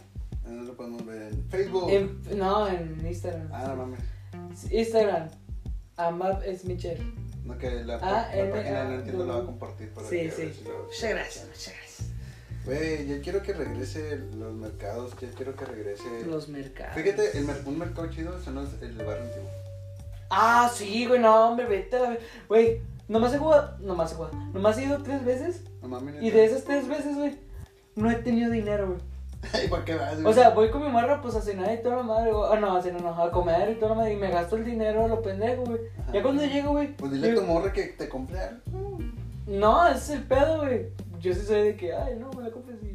A: No lo podemos ver en Facebook.
B: En- no, en Instagram.
A: Ah, no mames.
B: Instagram. Amap es Michelle.
A: No, que la,
B: Ah,
A: la
B: en-
A: página
B: ah,
A: no entiendo, la va a
B: no.
A: compartir para
B: Sí,
A: que a
B: sí.
A: ver si lo-
B: Muchas gracias, muchas gracias.
A: Güey, yo quiero que regrese los mercados, yo quiero que regrese...
B: Los mercados.
A: Fíjate, el mer- un mercado chido son los, el barrio antiguo.
B: Ah, sí, güey, no, hombre, vete a la... ve- Güey, nomás he jugado, nomás he jugado, nomás he ido tres veces
A: No mames.
B: y de esas tres veces, güey, no he tenido dinero, güey.
A: Ay, ¿para qué vas, güey?
B: O sea, voy con mi marra, pues, a cenar y toda la madre, güey. Ah, no, a cenar, no, a comer y toda la madre y me gasto el dinero a lo pendejo, güey.
A: Ajá.
B: Ya cuando llego, güey...
A: Ah, Pues dile a
B: digo,
A: tu morra que te compré algo.
B: No, ese es el pedo, güey. Yo sí soy de que, ay, no, me la compres y...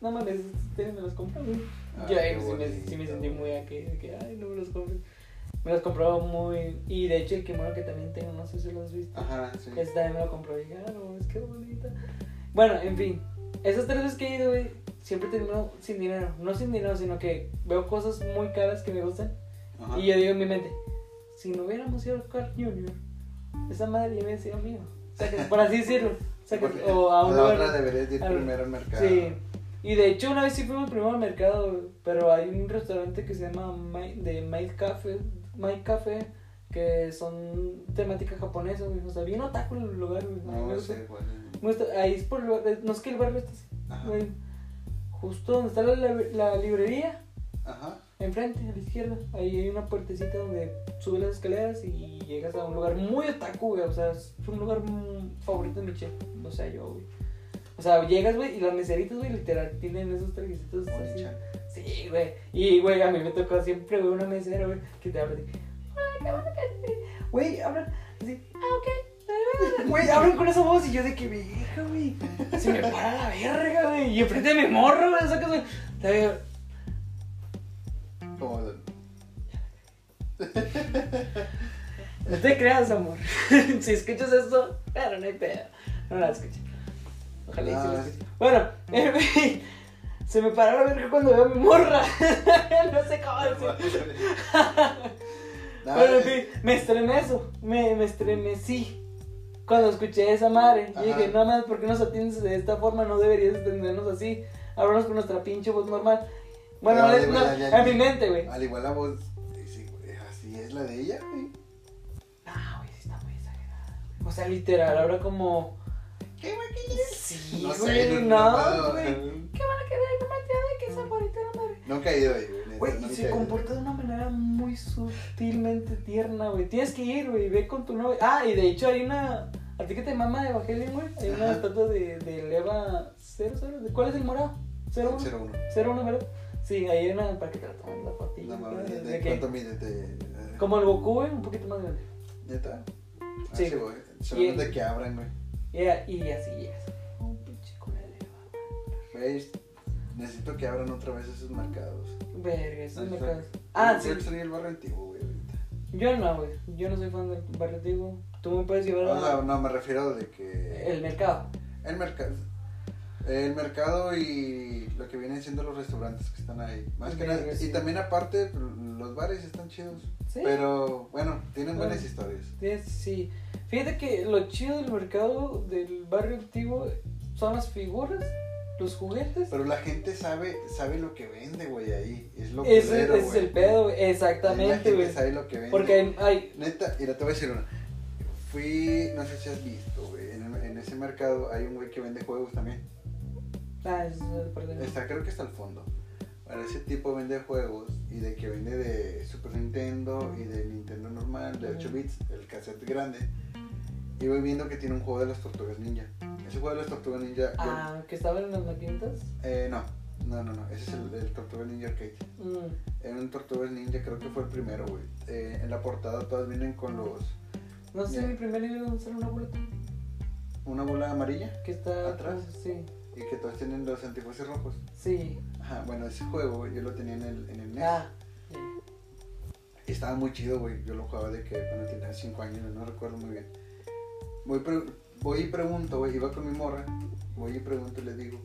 B: No mames, estos tenis me los compro, güey.
A: Ah,
B: Yo ahí
A: qué
B: sí me, sí me
A: bonito,
B: sentí muy
A: güey.
B: aquí, de que, ay, no me los compres. Me los compraba muy... Y de hecho el kimono que también tengo, no sé si lo has visto.
A: Ajá, sí.
B: Ese también me lo compró y dije, ah, no, es que bonita. Bueno, en fin, esas tres veces que he ido, güey, siempre termino sin dinero. No sin dinero, sino que veo cosas muy caras que me gustan.
A: Ajá.
B: Y yo digo en mi mente, si no hubiéramos ido al Carl Jr., esa madre ya hubiera sido mío. O sea, que, por así decirlo. O, sea, que-
A: Porque
B: o a un
A: la
B: lugar-
A: otra deberías de ir
B: al-
A: primero al mercado.
B: Sí. Y de hecho, una vez sí fuimos primero al mercado, güey, pero hay un restaurante que se llama My, de My Cafe, My Cafe, que son temática japonesa, güey. O sea, bien otaku el lugar, güey. Me
A: No
B: gusta.
A: sé, güey.
B: Me gusta- Ahí es por el bar- no es que el barrio está así,
A: Ajá.
B: güey. Justo donde está la, la- la librería,
A: Ajá.
B: enfrente, a la izquierda, ahí hay una puertecita donde subes las escaleras y llegas a un lugar muy otaku, güey. O sea, es un lugar mm, favorito de Michelle. O sea, yo, güey. O sea, llegas, güey, y las meseritas, güey, literal, tienen esos trajecitos así.
A: Bonicha.
B: Sí, güey. Y, güey, a mí me tocó siempre, güey, una mesera, güey, que te habla de. "Ay, qué bueno que- Güey, hablan así. Ah, ok. Güey, hablan con esa voz y yo de que vieja, güey. Se me para la verga, güey. Y enfrente de mi morro, güey, sacas, güey. La vieja,
A: Como de-
B: No te creas, amor. si escuchas esto, pero no hay pedo. No la escuché. Ojalá y sí la
A: Ah.
B: escuche. Bueno, en fin, se me paró la verga cuando veo a mi morra. no sé cómo decirlo.
A: Nah,
B: Pero Ah, en
A: es-
B: fin, me estremezo, me, me estremecí cuando escuché a esa madre. Y
A: Ajá.
B: dije, no mames, ¿por qué nos atiendes de esta forma? No deberías atendernos así. Hablamos con nuestra pinche voz normal. Bueno,
A: Pero,
B: no,
A: güey,
B: no,
A: ya- ya-
B: en mi mente, güey.
A: Al igual la voz. sí, güey, Así es la de ella, güey.
B: Ah, güey, sí está muy exagerada. güey. O sea, literal, habla como.
A: ¿Qué güey?
B: Sí, güey, no, güey. ¿Qué van a querer? ¿Cómo te de que esa favorita la madre?
A: No he caído ahí, güey. neta,
B: Güey,
A: no
B: y
A: he
B: se
A: caído.
B: comporta de una manera muy sutilmente tierna, güey. Tienes que ir, güey, ve con tu novia. Ah, y de hecho hay una... A ti que te mama de Evangelion, güey. Hay una
A: Ajá.
B: estatua de, de Eva 00. ¿De ¿Cuál es el morado? 01.
A: Cero uno.
B: 01, ¿verdad? Sí, ahí hay una para que te la tomen la
A: No
B: patilla.
A: mames,
B: de,
A: neta,
B: de que-
A: ¿cuánto mide? Te-
B: como el Goku, güey, un poquito más grande.
A: ¿Neta? Ah,
B: Sí.
A: sí, güey. Solamente que abran, güey.
B: Y, a- y así llegas. Un pinche culo de Eva.
A: Güey, necesito que abran otra vez esos mercados.
B: Verga, eso me
A: Ahí está.
B: cagas. Ah, sí.
A: Yo extrañé el barrio antiguo, güey, ahorita.
B: Yo no, güey. Yo no soy fan del barrio antiguo. Tú me puedes llevar
A: O sea,
B: a
A: no, me refiero de que...
B: el mercado.
A: El mercado. El mercado y lo que vienen siendo los restaurantes que están ahí. Más que
B: Verga,
A: nada.
B: sí.
A: Y también aparte, pues, los bares están chidos.
B: Sí. Ah.
A: Pero bueno, tienen
B: Bueno.
A: buenas historias.
B: Sí, Sí. Fíjate que lo chido del mercado del barrio antiguo son las figuras, los juguetes.
A: Pero la gente sabe sabe lo que vende, güey, ahí. Es lo que
B: Ese, ese es el pedo, güey. Exactamente, güey.
A: sabe lo que vende.
B: Porque hay, hay-
A: Neta, mira, te voy a decir una. Fui, no sé si has visto, güey, en, en ese mercado hay un güey que vende juegos también.
B: Ah, ese es el problema.
A: Está, creo que está al fondo. Bueno, ese tipo vende juegos y de que vende de Super Nintendo y de Nintendo normal, de 8 bits, el cassette grande. Y voy viendo que tiene un juego de las tortugas ninja. Ese juego de las tortugas ninja. yo-
B: Ah, que estaba en las maquinitas.
A: eh, no, no, no, no. Ese es el, el Tortugas Ninja Arcade.
B: Mm,
A: Era un Tortugas Ninja, creo que fue el primero, güey. Eh, en la portada todas vienen con los.
B: No
A: Ya.
B: sé, mi primer libro donde sale una boleta.
A: Una bola amarilla
B: Que está
A: ¿Atrás?
B: Sí,
A: y que todas tienen los antifaces rojos.
B: sí.
A: Ajá, bueno, ese juego yo lo tenía en el, en el NES.
B: Ah,
A: Y estaba muy chido, güey. Yo lo jugaba de que cuando tenía 5 años, no recuerdo muy bien. Voy, pre- voy y pregunto, güey. Iba con mi morra. Voy y pregunto y le digo.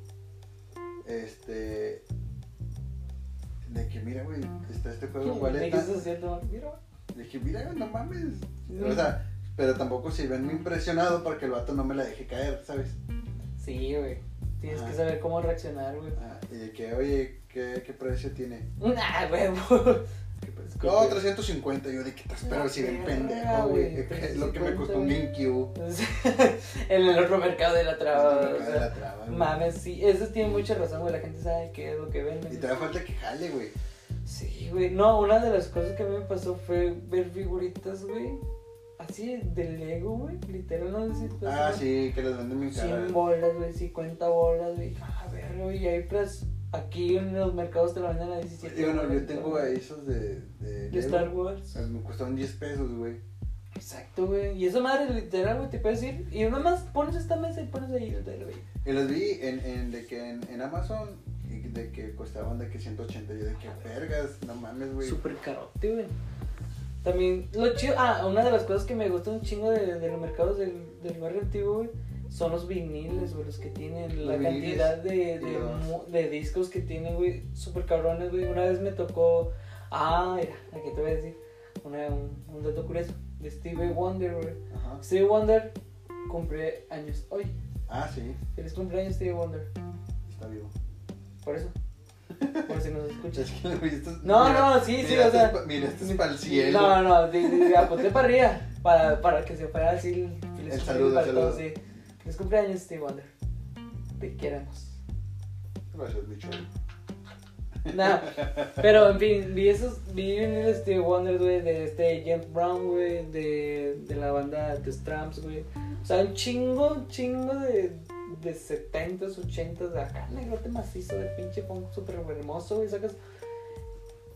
A: Este. De que, mira, güey, está este juego en
B: ¿Qué
A: Gualeta.
B: estás haciendo? Mira,
A: Le dije, mira, no mames.
B: Mm.
A: O sea, pero tampoco si ven impresionado para que el vato no me la deje caer, ¿sabes?
B: Sí, güey. Tienes
A: Ah.
B: que saber cómo reaccionar, güey.
A: Ah, y de que, oye, ¿qué, qué precio tiene?
B: Ah, huevo.
A: ¿Qué precio?
B: Disculpe.
A: No, 350. Yo de que estás, pero si ven
B: Ah,
A: pendejo, güey.
B: güey,
A: Lo que me costó un
B: 350,
A: GameCube.
B: en el otro mercado de la traba.
A: Ah,
B: o sea,
A: la traba, güey. Mm.
B: mames, sí. Eso tiene mucha razón, güey. La gente sabe qué es lo que
A: Y
B: venden.
A: te da falta que jale, güey.
B: Sí, güey. No, una de las cosas que a mí me pasó fue ver figuritas, güey. Así de Lego, güey. Literal, no sé si tú has
A: Ah,
B: visto.
A: sí, que les venden mi cara.
B: 100 Pues, bolas, güey, 50 bolas, güey. A ver, güey, y ahí pues aquí en los mercados te la venden a 17
A: Digo, no,
B: bolas,
A: yo tengo
B: güey.
A: ahí esos de. De,
B: De
A: Lego. Ah,
B: Star Wars.
A: Me costaron 10 pesos, güey.
B: Exacto, güey. Y esa madre literal, güey, te puedes ir. Y nada más pones esta mesa y pones ahí el del, güey.
A: Y los vi en, en, de que en, en Amazon y de que costaban de que 180. Yo de que vergas, no mames, güey.
B: Súper carote, güey. También, lo chido. Ah, una de las cosas que me gusta un chingo de, de los mercados del, del barrio antiguo, güey. Son los viniles, güey, los que tienen, la
A: Los viniles
B: cantidad de,
A: y
B: de,
A: los-
B: mu- de discos que tienen, güey, súper cabrones, güey. Una vez me tocó, ah, mira, aquí te voy a decir, una- un, un dato curioso, de Stevie Wonder, güey.
A: Ajá.
B: Stevie Wonder cumple años hoy,
A: Ah, sí,
B: feliz cumpleaños Stevie Wonder.
A: está vivo.
B: Por eso. Por si nos escuchas.
A: Es que lo viste.
B: No,
A: mira,
B: no, sí, sí,
A: mira,
B: o
A: este
B: sea.
A: es pa- Mira, este es para el cielo.
B: No, no, de, de, de apunté para pues, arriba. Para, para que se fuera así el
A: El saludo, el
B: feliz cumpleaños para
A: saludo.
B: todos. Sí. Feliz cumpleaños, Steve Wonder. Te queremos.
A: Gracias, mi chavo.
B: Nada, pero en fin, vi esos, vi venir a Steve Wonder, güey, de este James Brown, güey, de, de la banda The Stramps, güey. O sea, un chingo, un chingo de, de 70s, 80s, de acá, negrote macizo, de pinche punk súper hermoso, güey, sacas.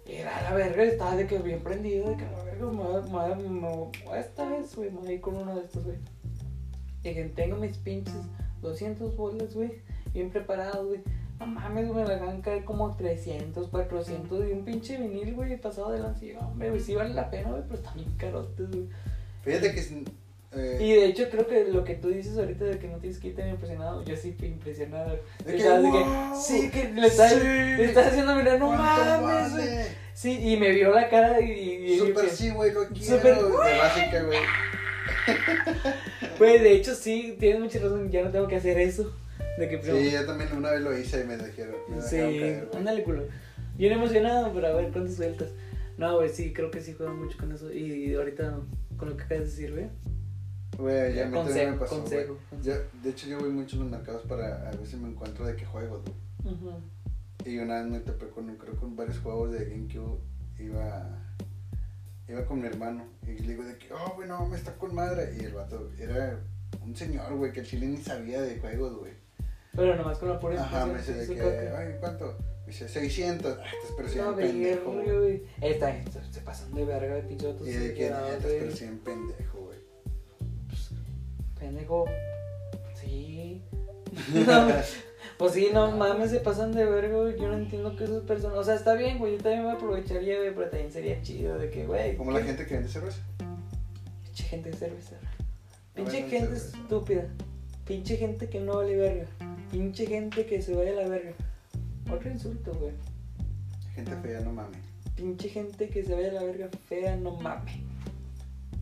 B: Y era la verga, estaba de que bien prendido, de que la verga, me, voy- me, voy- me voy- esta vez, güey, me voy a ir con uno de estos, güey. Y que tengo mis pinches 200 bolas, güey, bien preparados, güey. No mames, güey, me van a caer como 300, 400 de un pinche vinil, güey, pasado de lanza. Y yo, hombre, güey, sí vale la pena, güey, pero están bien carotes, güey.
A: Fíjate que. sin- eh,
B: Y de hecho, creo que lo que tú dices ahorita de que no tienes que ir tan impresionado, yo sí fui impresionado.
A: de
B: O sea, de que,
A: "Wow,
B: sí, que le estás,
A: sí,
B: le estás haciendo mirar, no
A: ¿cuánto
B: mames, güey.
A: vale?
B: Sí, y me vio la cara y. y- y
A: Super
B: que-
A: sí, güey, lo quiero.
B: Super-
A: de básica, güey.
B: Güey, de hecho, sí, tienes mucha razón, ya no tengo que hacer eso. De que
A: Sí, yo también una vez lo hice y me dijeron. Me dejaron
B: Sí,
A: caer, güey.
B: ándale culo. Bien emocionado, pero a ver cuántas vueltas. No, güey, sí, creo que sí juega mucho con eso. Y ahorita con lo que acabas de decir, güey.
A: Güey, ya a mí también me
B: Consejo,
A: pasó, güey.
B: consejo.
A: Yo, de hecho, yo voy mucho a los mercados para a ver si me encuentro de qué juegos, güey.
B: Ujú.
A: Y una vez me topé con, creo, con varios juegos de GameCube. Iba, iba con mi hermano. Y le digo de que, oh, güey, no, me está con madre. Y el vato era un señor, güey, que el chile ni sabía de juegos, güey.
B: Pero nomás con la pura
A: Ajá,
B: expresión,
A: me dice de
B: sí,
A: que,
B: coca.
A: ay, ¿cuánto? Me dice, 600. Ah, estás
B: No,
A: persiguiendo pendejo, güey.
B: verga, güey. Esta gente se pasan de verga de pinche vatos,
A: Y
B: sí,
A: de que,
B: no,
A: "Neta, estás
B: güey.
A: persiguiendo pendejo, güey.
B: Pendejo. Sí. No, pues sí, no mames, se pasan de verga, güey. Yo no entiendo que esas personas. O sea, está bien, güey. Yo también me aprovecharía, güey, pero también sería chido de que, güey.
A: Como
B: ¿qué
A: la gente que vende cerveza.
B: Pinche gente cervecera.
A: No
B: Pinche
A: venden
B: gente
A: cerveza.
B: estúpida. Pinche gente que no vale verga. Pinche gente que se vaya a la verga. Otro insulto, güey.
A: Gente
B: Ah.
A: fea, no mames.
B: Pinche gente que se vaya a la verga fea, no mames.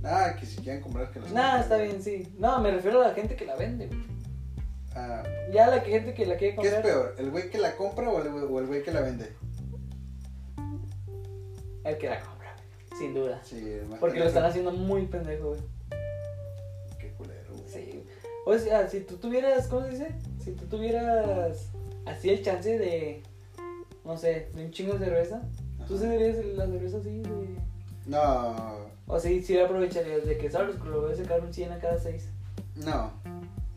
A: Nada, que si quieren comprar, que los
B: Nada,
A: compren,
B: está
A: Pues güey.
B: bien, sí. No, me refiero a la gente que la vende, güey.
A: Ah,
B: Ya la que- gente que la quiere
A: ¿Qué es
B: comprar.
A: peor? ¿El güey que la compra o el güey- o el güey que la vende?
B: El que la compra, güey. Sin duda.
A: Sí, el más
B: Porque lo
A: pendejo.
B: están haciendo muy pendejo, güey.
A: Qué culero, güey.
B: Sí. O sea, si tú tuvieras, ¿cómo se dice? Si tú tuvieras así el chance de, no sé, de un chingo de cerveza. ¿Tú sí darías la cerveza así? De...
A: No,
B: O sí, sí la aprovecharías de que sabes que lo voy a sacar un 100 a cada 6.
A: no,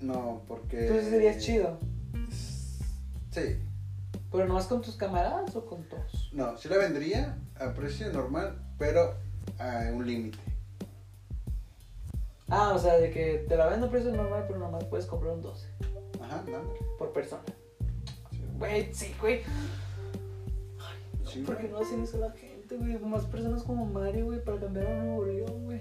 A: no, porque...
B: Tú sí serías chido,
A: Sí,
B: pero nomás con tus camaradas o con todos.
A: no, sí la vendría a precio normal, pero a un límite.
B: Ah, o sea, de que te la venden a precio normal, pero nomás puedes comprar un 12
A: Ajá, no.
B: por persona.
A: Sí,
B: Güey, sí, güey. No,
A: Sí,
B: ¿Por qué
A: güey.
B: no hacen eso la gente, güey? Más personas como Mario, güey, para cambiar a Nuevo León, güey.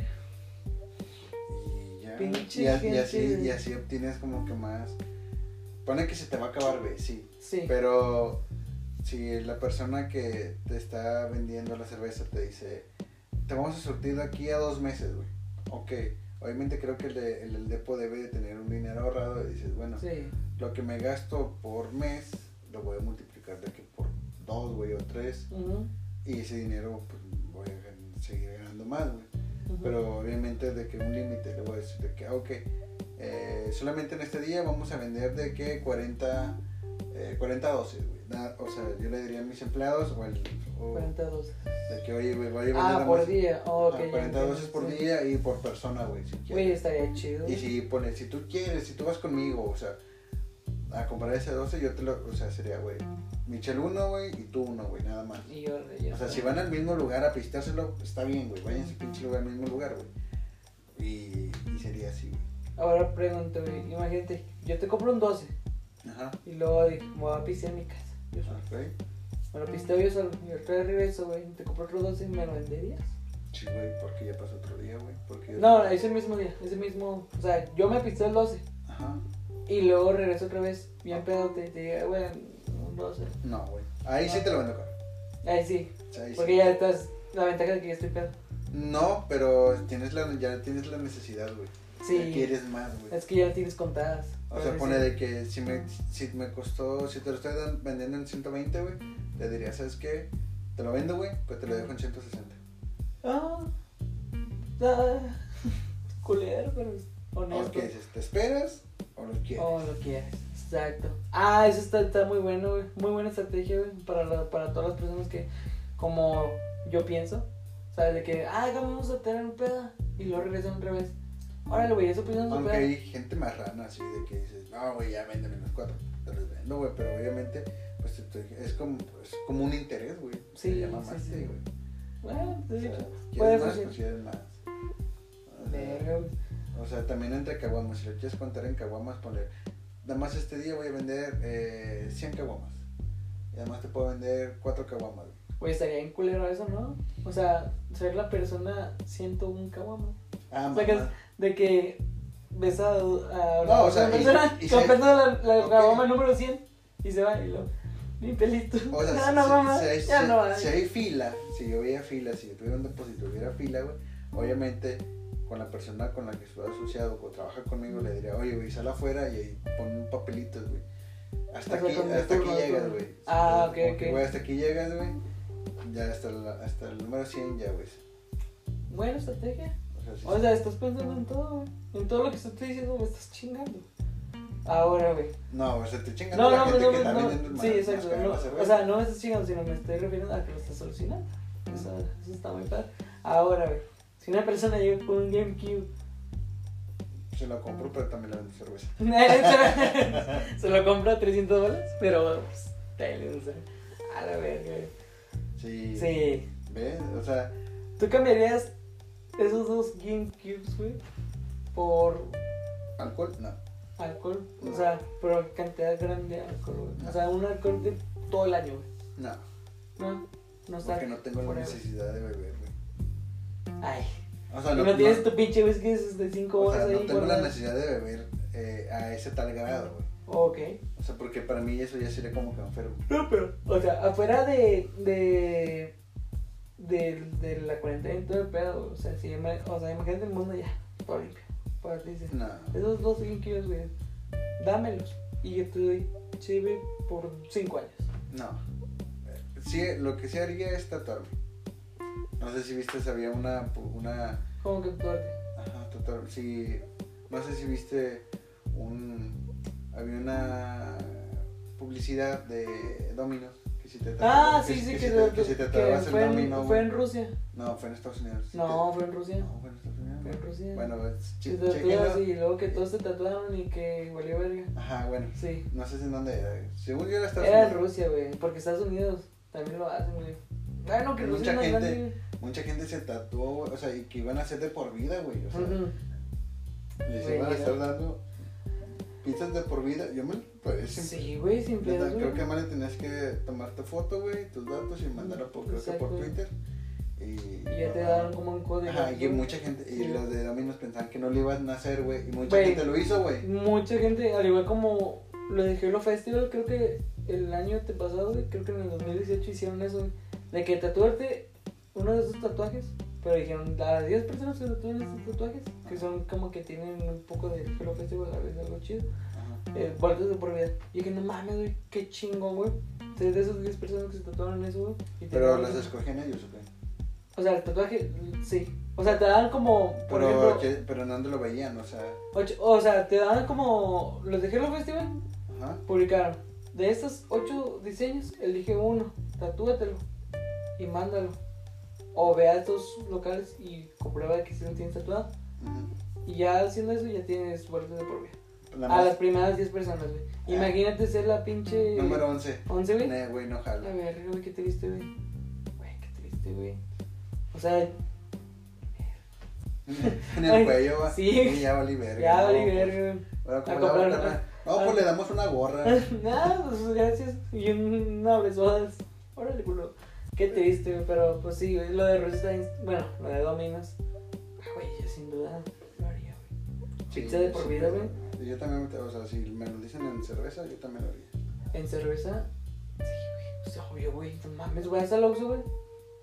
A: Y ya,
B: Pinche
A: y a- y
B: gente.
A: así, y así obtienes como que más... Pone que se te va a acabar, güey, sí.
B: Sí.
A: Pero si la persona que te está vendiendo la cerveza te dice, te vamos a surtir de aquí a dos meses, güey. Ok, obviamente creo que el, de- el- el depo debe de tener un dinero ahorrado y dices, bueno,
B: Sí.
A: lo que me gasto por mes lo voy a multiplicar de que por dos, güey, o tres.
B: Ujú,
A: Y ese dinero, pues, voy a gan- seguir ganando más, güey.
B: ujú.
A: Pero obviamente de que un límite, le voy a decir de que, ah, ok, eh, solamente en este día vamos a vender de que 40, eh, 40 dosis, güey. Na- O sea, yo le diría a mis empleados o, el, o
B: 42.
A: de que, oye, güey, voy a vender
B: Ah,
A: nada
B: por
A: más-
B: día. Oh, ok,
A: ajá,
B: ya
A: 40
B: entiendo,
A: dosis por
B: sí.
A: día y por persona, güey, si
B: Güey,
A: quieres.
B: estaría chido.
A: Y si pones, si tú quieres, si tú vas conmigo, o sea, a comprar ese 12, yo te lo, o sea, sería, güey, Michel uno, güey, y tú uno, güey, nada más.
B: Y yo, yo-
A: O sea, si van al mismo lugar a pisteárselo, está bien, güey. Váyanse al pinche lugar, al mismo lugar, güey. Y, y sería así, güey.
B: Ahora pregunto, güey, imagínate, yo te compro un 12
A: Ajá.
B: y luego dije, me voy a pistear en mi casa. Yo
A: Ah.
B: solo.
A: Ok.
B: Me lo pisteo yo solo. Y otra vez regreso, güey, te compro otro 12 y me lo venderías.
A: Sí, güey, porque ya pasó otro día, güey. Porque yo-
B: No, ese mismo día, ese mismo. O sea, yo me pisteo el 12
A: Ajá.
B: y luego regreso otra vez,
A: Ah.
B: bien pedo, te te digo, güey, un 12.
A: No, güey. Ahí sí te lo vendo caro.
B: Ahí sí,
A: O sea, ahí sí.
B: porque ya estás. La ventaja de que yo estoy pedo.
A: No, pero tienes la, ya tienes la necesidad, güey. Ya
B: Sí,
A: quieres más, güey.
B: es que ya tienes contadas.
A: O
B: por
A: sea,
B: eso
A: pone
B: sí.
A: de que si me, si me costó, si te lo estoy dan- vendiendo en 120, güey, le diría, ¿sabes qué? Te lo vendo, güey, pero te lo dejo en 160.
B: Ah, ah, culero, pero honesto.
A: O que dices, ¿te esperas o lo quieres?
B: Oh, lo quieres. Exacto. Ah, eso está, está muy bueno, güey. Muy buena estrategia, güey, para, la- para todas las personas que, como yo pienso, ¿sabes? De que, ah, acá vamos a tener un pedo. Y luego regresan otra vez. Órale, güey, eso pusieron su
A: Aunque
B: pedo.
A: hay gente marrana así de que dices, no, güey, ya véndeme los cuatro. Te los vendo, güey, pero obviamente, pues te- te- es, como, es como un interés, güey.
B: Sí,
A: Se llama
B: sí,
A: más,
B: sí.
A: sí, güey.
B: Bueno,
A: O
B: Ah, sí,
A: sea,
B: puede
A: quieres más,
B: ser.
A: pues quieres más. O sea,
B: Verga, güey.
A: O sea, también entre caguamas. Si lo quieres contar en caguamas, ponle, nada más este día voy a vender eh, 100 caguamas. Y además te puedo vender 4 caguamas. güey.
B: Güey, estaría en culero eso, ¿no? O sea, ser la persona 101 caguama.
A: Ah,
B: O sea, que
A: mamá.
B: de que ves a, a una
A: No, o
B: otra
A: sea, y-
B: persona
A: y se-
B: comprando la, la
A: Ok.
B: gaboma número 100 y se va y lo mi pelito.
A: O sea,
B: ya
A: si-
B: no
A: si-
B: mamá,
A: si, hay-
B: ya
A: si-
B: no va.
A: si hay fila, si yo hubiera fila, si yo tuviera un depósito, hubiera fila, güey, obviamente con la persona con la que estoy asociado o trabaja conmigo le diría, oye, güey, sal afuera y ahí pon un papelito, güey. Hasta
B: O sea,
A: aquí,
B: con
A: hasta aquí
B: turno,
A: llegas,
B: turno.
A: güey.
B: Ah,
A: Como que,
B: ok, ok.
A: Güey, hasta aquí llegas, güey. Ya hasta, la- hasta el número 100 ya, güey.
B: Buena estrategia.
A: O sea, sí,
B: O sea, estás pensando en todo, güey. En todo lo que estoy diciendo me estás chingando. Ahora, güey.
A: No, o sea, te chingan
B: No,
A: a la
B: no, no,
A: gente que está
B: no, no.
A: vendiendo
B: Sí,
A: más-
B: exacto.
A: más
B: no,
A: caguamas,
B: o
A: güey.
B: sea, no me estás chingando, sino me estoy refiriendo a que lo estás solucionando. Eso, eso está muy padre. Ahora, güey. Si una persona llega con un GameCube
A: Se lo compro, pero también le vendo cerveza.
B: se lo compro a 300 dólares, pero pues, dale, o sea, a la verga. güey.
A: Sí.
B: Sí.
A: ¿Ves? O sea,
B: ¿Tú cambiarías esos dos GameCubes, güey, por
A: alcohol, no.
B: alcohol? O sea, por cantidad grande de alcohol, güey. O sea, un alcohol de todo el año, güey.
A: No.
B: No, no está.
A: Porque no tengo la
B: forever.
A: necesidad de beber, güey.
B: Ay.
A: O sea,
B: Y
A: no,
B: no,
A: no-
B: tienes tu pinche whisky de 5
A: o sea,
B: horas
A: no
B: ahí.
A: tengo la
B: guardado.
A: necesidad de beber eh, a ese tal grado, güey.
B: Ok.
A: O sea, porque para mí eso ya sería como que enfermo.
B: No, pero, o sea, afuera de. de. de, de la cuarentena y todo el pedo, o sea, si, ima- o sea, imagínate el mundo ya, todo limpio. Para ti, dices,
A: No.
B: esos dos kilos, güey, dámelos. Y yo te doy chive por 5 años.
A: No. Eh, Sí, lo que sí haría es tatuarme. No sé si viste, había una. una
B: ¿Cómo que tú arte?
A: ajá, tatuar- Sí. No sé si viste un. Había una. publicidad de Domino's. Que si te
B: Ah,
A: atrapa-
B: sí,
A: que-
B: sí,
A: que,
B: que,
A: si te, que si te
B: que
A: atrapas el
B: fue, en,
A: domino,
B: fue
A: güey.
B: en Rusia.
A: No, fue en Estados Unidos. Sí,
B: No, fue en
A: te-
B: Rusia.
A: no, fue en Estados Unidos.
B: Fue en Rusia.
A: Bueno, es-
B: Se
A: che-
B: tatuaron
A: chequenlo.
B: y luego que todos se tatuaron y que valió verga.
A: Ajá, bueno.
B: Sí.
A: No sé si en dónde era. Según yo era Estados
B: Era de
A: Unidos.
B: Rusia, güey. Porque Estados Unidos también lo hacen, güey. Bueno, que
A: Mucha
B: Rusia es más
A: gente.
B: grande.
A: Mucha gente se tatuó, güey, o sea, y que iban a hacer de por vida, güey. O sea,
B: Ujú.
A: les
B: Güey,
A: iban a
B: ya.
A: estar dando pizzas de por vida. Yo me pues, siempre-
B: Sí, güey, sin
A: Neta,
B: pedos,
A: creo
B: güey.
A: que más le tenías que tomar tu foto, güey, tus datos y mandarlo por, creo que por
B: Exacto.
A: Twitter. Y,
B: Y ya te daban como un código.
A: Ajá, y mucha gente, y
B: Sí.
A: los de Dominos pensaban que no lo iban a hacer, güey. Y mucha
B: Güey.
A: gente lo hizo, güey.
B: Mucha gente, al igual como lo de Halo Festival, creo que el año te pasado, güey, creo que en el 2018 hicieron eso, güey, de que tatuarte uno de esos tatuajes, pero dijeron a las 10 personas que tatúan esos tatuajes, que son como que tienen un poco de Halo Festival, a veces algo chido,
A: Ajá.
B: eh, vueltas de por vida. Y dije, no mames, güey, qué chingo, güey. Entonces, de esos 10 personas que se tatuaron eso, güey. y te
A: Pero
B: daban-
A: los escogían ellos, güey.
B: O sea, el tatuaje, sí. O sea, te dan como, por
A: Pero,
B: ejemplo,
A: que- pero no lo veían, o sea.
B: ocho- o sea, te dan como, los de Halo Festival,
A: Ajá.
B: publicaron. De estos ocho diseños, elige uno, tatúatelo y mándalo. O ve a estos locales y comprueba que sí lo tienes tatuado.
A: ujú.
B: Y ya haciendo eso, ya tienes boletos de por vida.
A: Nada
B: A
A: más. Ah.
B: las primeras 10 personas, güey. Imagínate ser la pinche.
A: Número 11.
B: 11, güey.
A: Nah, güey, no
B: A
A: jalo.
B: ver, güey, qué triste, güey. Güey, qué triste, güey. O sea,
A: en el
B: Ay,
A: cuello, va.
B: sí.
A: Y ya valí verga.
B: ya
A: no,
B: vale,
A: pues.
B: verga, güey.
A: Ahora, como
B: A
A: le hago,
B: comprar Ah.
A: carnal? No,
B: una-
A: pues le damos una gorra.
B: Nada, pues gracias. Y un abrazo. Órale, culo. Qué triste, güey, pero pues sí, güey, lo de Rusia, bueno, lo de Dominos. Ah, güey, yo sin duda lo haría, güey. Pizza de por
A: sí,
B: vida, güey.
A: pero Yo también, me- o sea, si me lo dicen en cerveza, yo también lo haría.
B: En cerveza, sí, güey. O sea, obvio, güey, no mames, güey, hasta lo uso, güey.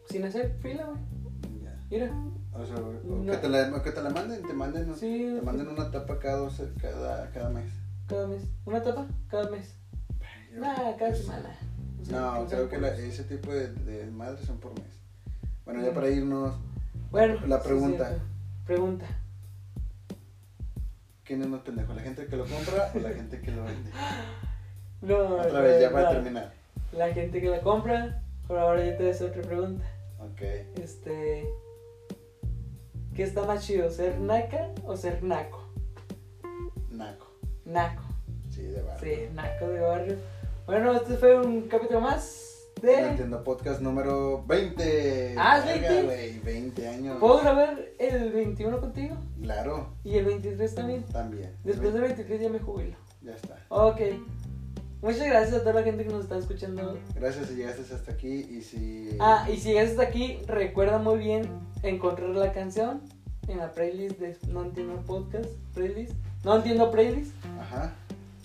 B: Sin hacer fila, güey.
A: Ya.
B: Mira,
A: O sea, o
B: No.
A: que, te la, o que te la manden, te manden,
B: sí,
A: te manden una tapa cada, dos, cada, cada mes.
B: cada mes. ¿Una tapa? Cada mes.
A: Yo-
B: Nah, cada
A: yo-
B: semana. O sea,
A: Pues, No,
B: no
A: creo
B: sé.
A: que la- ese tipo de, de madres son por mes. Bueno, ya
B: Mm.
A: para irnos,
B: Bueno,
A: la
B: sí es
A: pregunta.
B: cierto. pregunta.
A: ¿quién es más pendejo? ¿La gente que lo compra o la gente que lo vende?
B: No,
A: Otra vez, ya
B: no,
A: para
B: no.
A: terminar.
B: La gente que la compra, por ahora yo te voy a hacer otra pregunta.
A: Ok.
B: Este. ¿Qué está más chido, ser naca o ser naco?
A: Naco.
B: Naco,
A: Sí, de barrio.
B: sí, naco de barrio. Bueno, este fue un capítulo más
A: No
B: de.
A: entiendo podcast número 20.
B: Ah,
A: Verga,
B: 20.
A: güey, 20 años.
B: ¿Puedo grabar el 21 contigo?
A: Claro,
B: Y el 23 también.
A: también.
B: Después del 23 ya me jubilo.
A: Ya está.
B: Ok. Muchas gracias a toda la gente que nos está escuchando.
A: Gracias si llegaste hasta aquí y si...
B: Ah, y si llegas hasta aquí, recuerda muy bien encontrar la canción en la playlist de No Entiendo Podcast. Playlist. No Entiendo Playlist.
A: Ajá.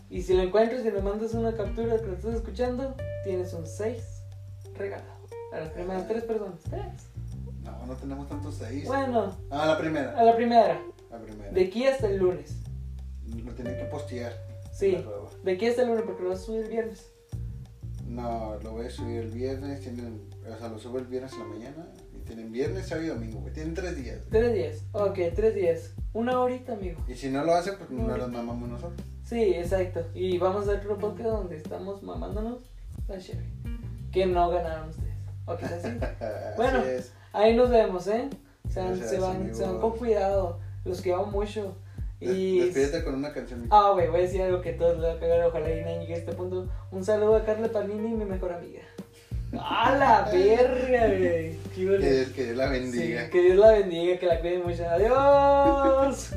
B: Y si lo encuentras y me mandas una captura de que lo estás escuchando, tienes un 6 regalado. A las primeras tres personas. Tres.
A: No, no tenemos tantos seis.
B: Bueno,
A: Ah, la
B: a
A: primera.
B: la primera.
A: La primera.
B: De aquí hasta el lunes.
A: Lo tenía que postear.
B: Sí.
A: la roba.
B: De aquí hasta el lunes porque lo vas a subir el viernes.
A: No, lo voy a subir el viernes. Tienen, o sea, lo subo el viernes en la mañana. Y tienen viernes, sábado y domingo, güey. Tienen tres días.
B: Tres días. Ok, tres días. Una horita, amigo.
A: Y si no lo hacen, pues no los mamamos nosotros.
B: Sí, exacto. Y vamos a otro podcast donde estamos mamándonos la chévere. Que no ganaron ustedes. O quizás sí.
A: Así
B: Bueno.
A: es.
B: Ahí nos vemos, ¿eh? Se van,
A: Gracias,
B: se van, se van con
A: amigos.
B: cuidado. Los quiero mucho.
A: Des-
B: Y...
A: Despídete con una canción.
B: Ah, güey, voy a decir algo que todos le va a cagar. Ojalá y nadie llegue a este punto. Un saludo a Carla Panini, mi mejor amiga. ¡A la verga, güey! ¡Qué
A: Que
B: ole!
A: Dios, que Dios la bendiga.
B: Sí, que Dios la bendiga, que la cuide mucho. ¡Adiós!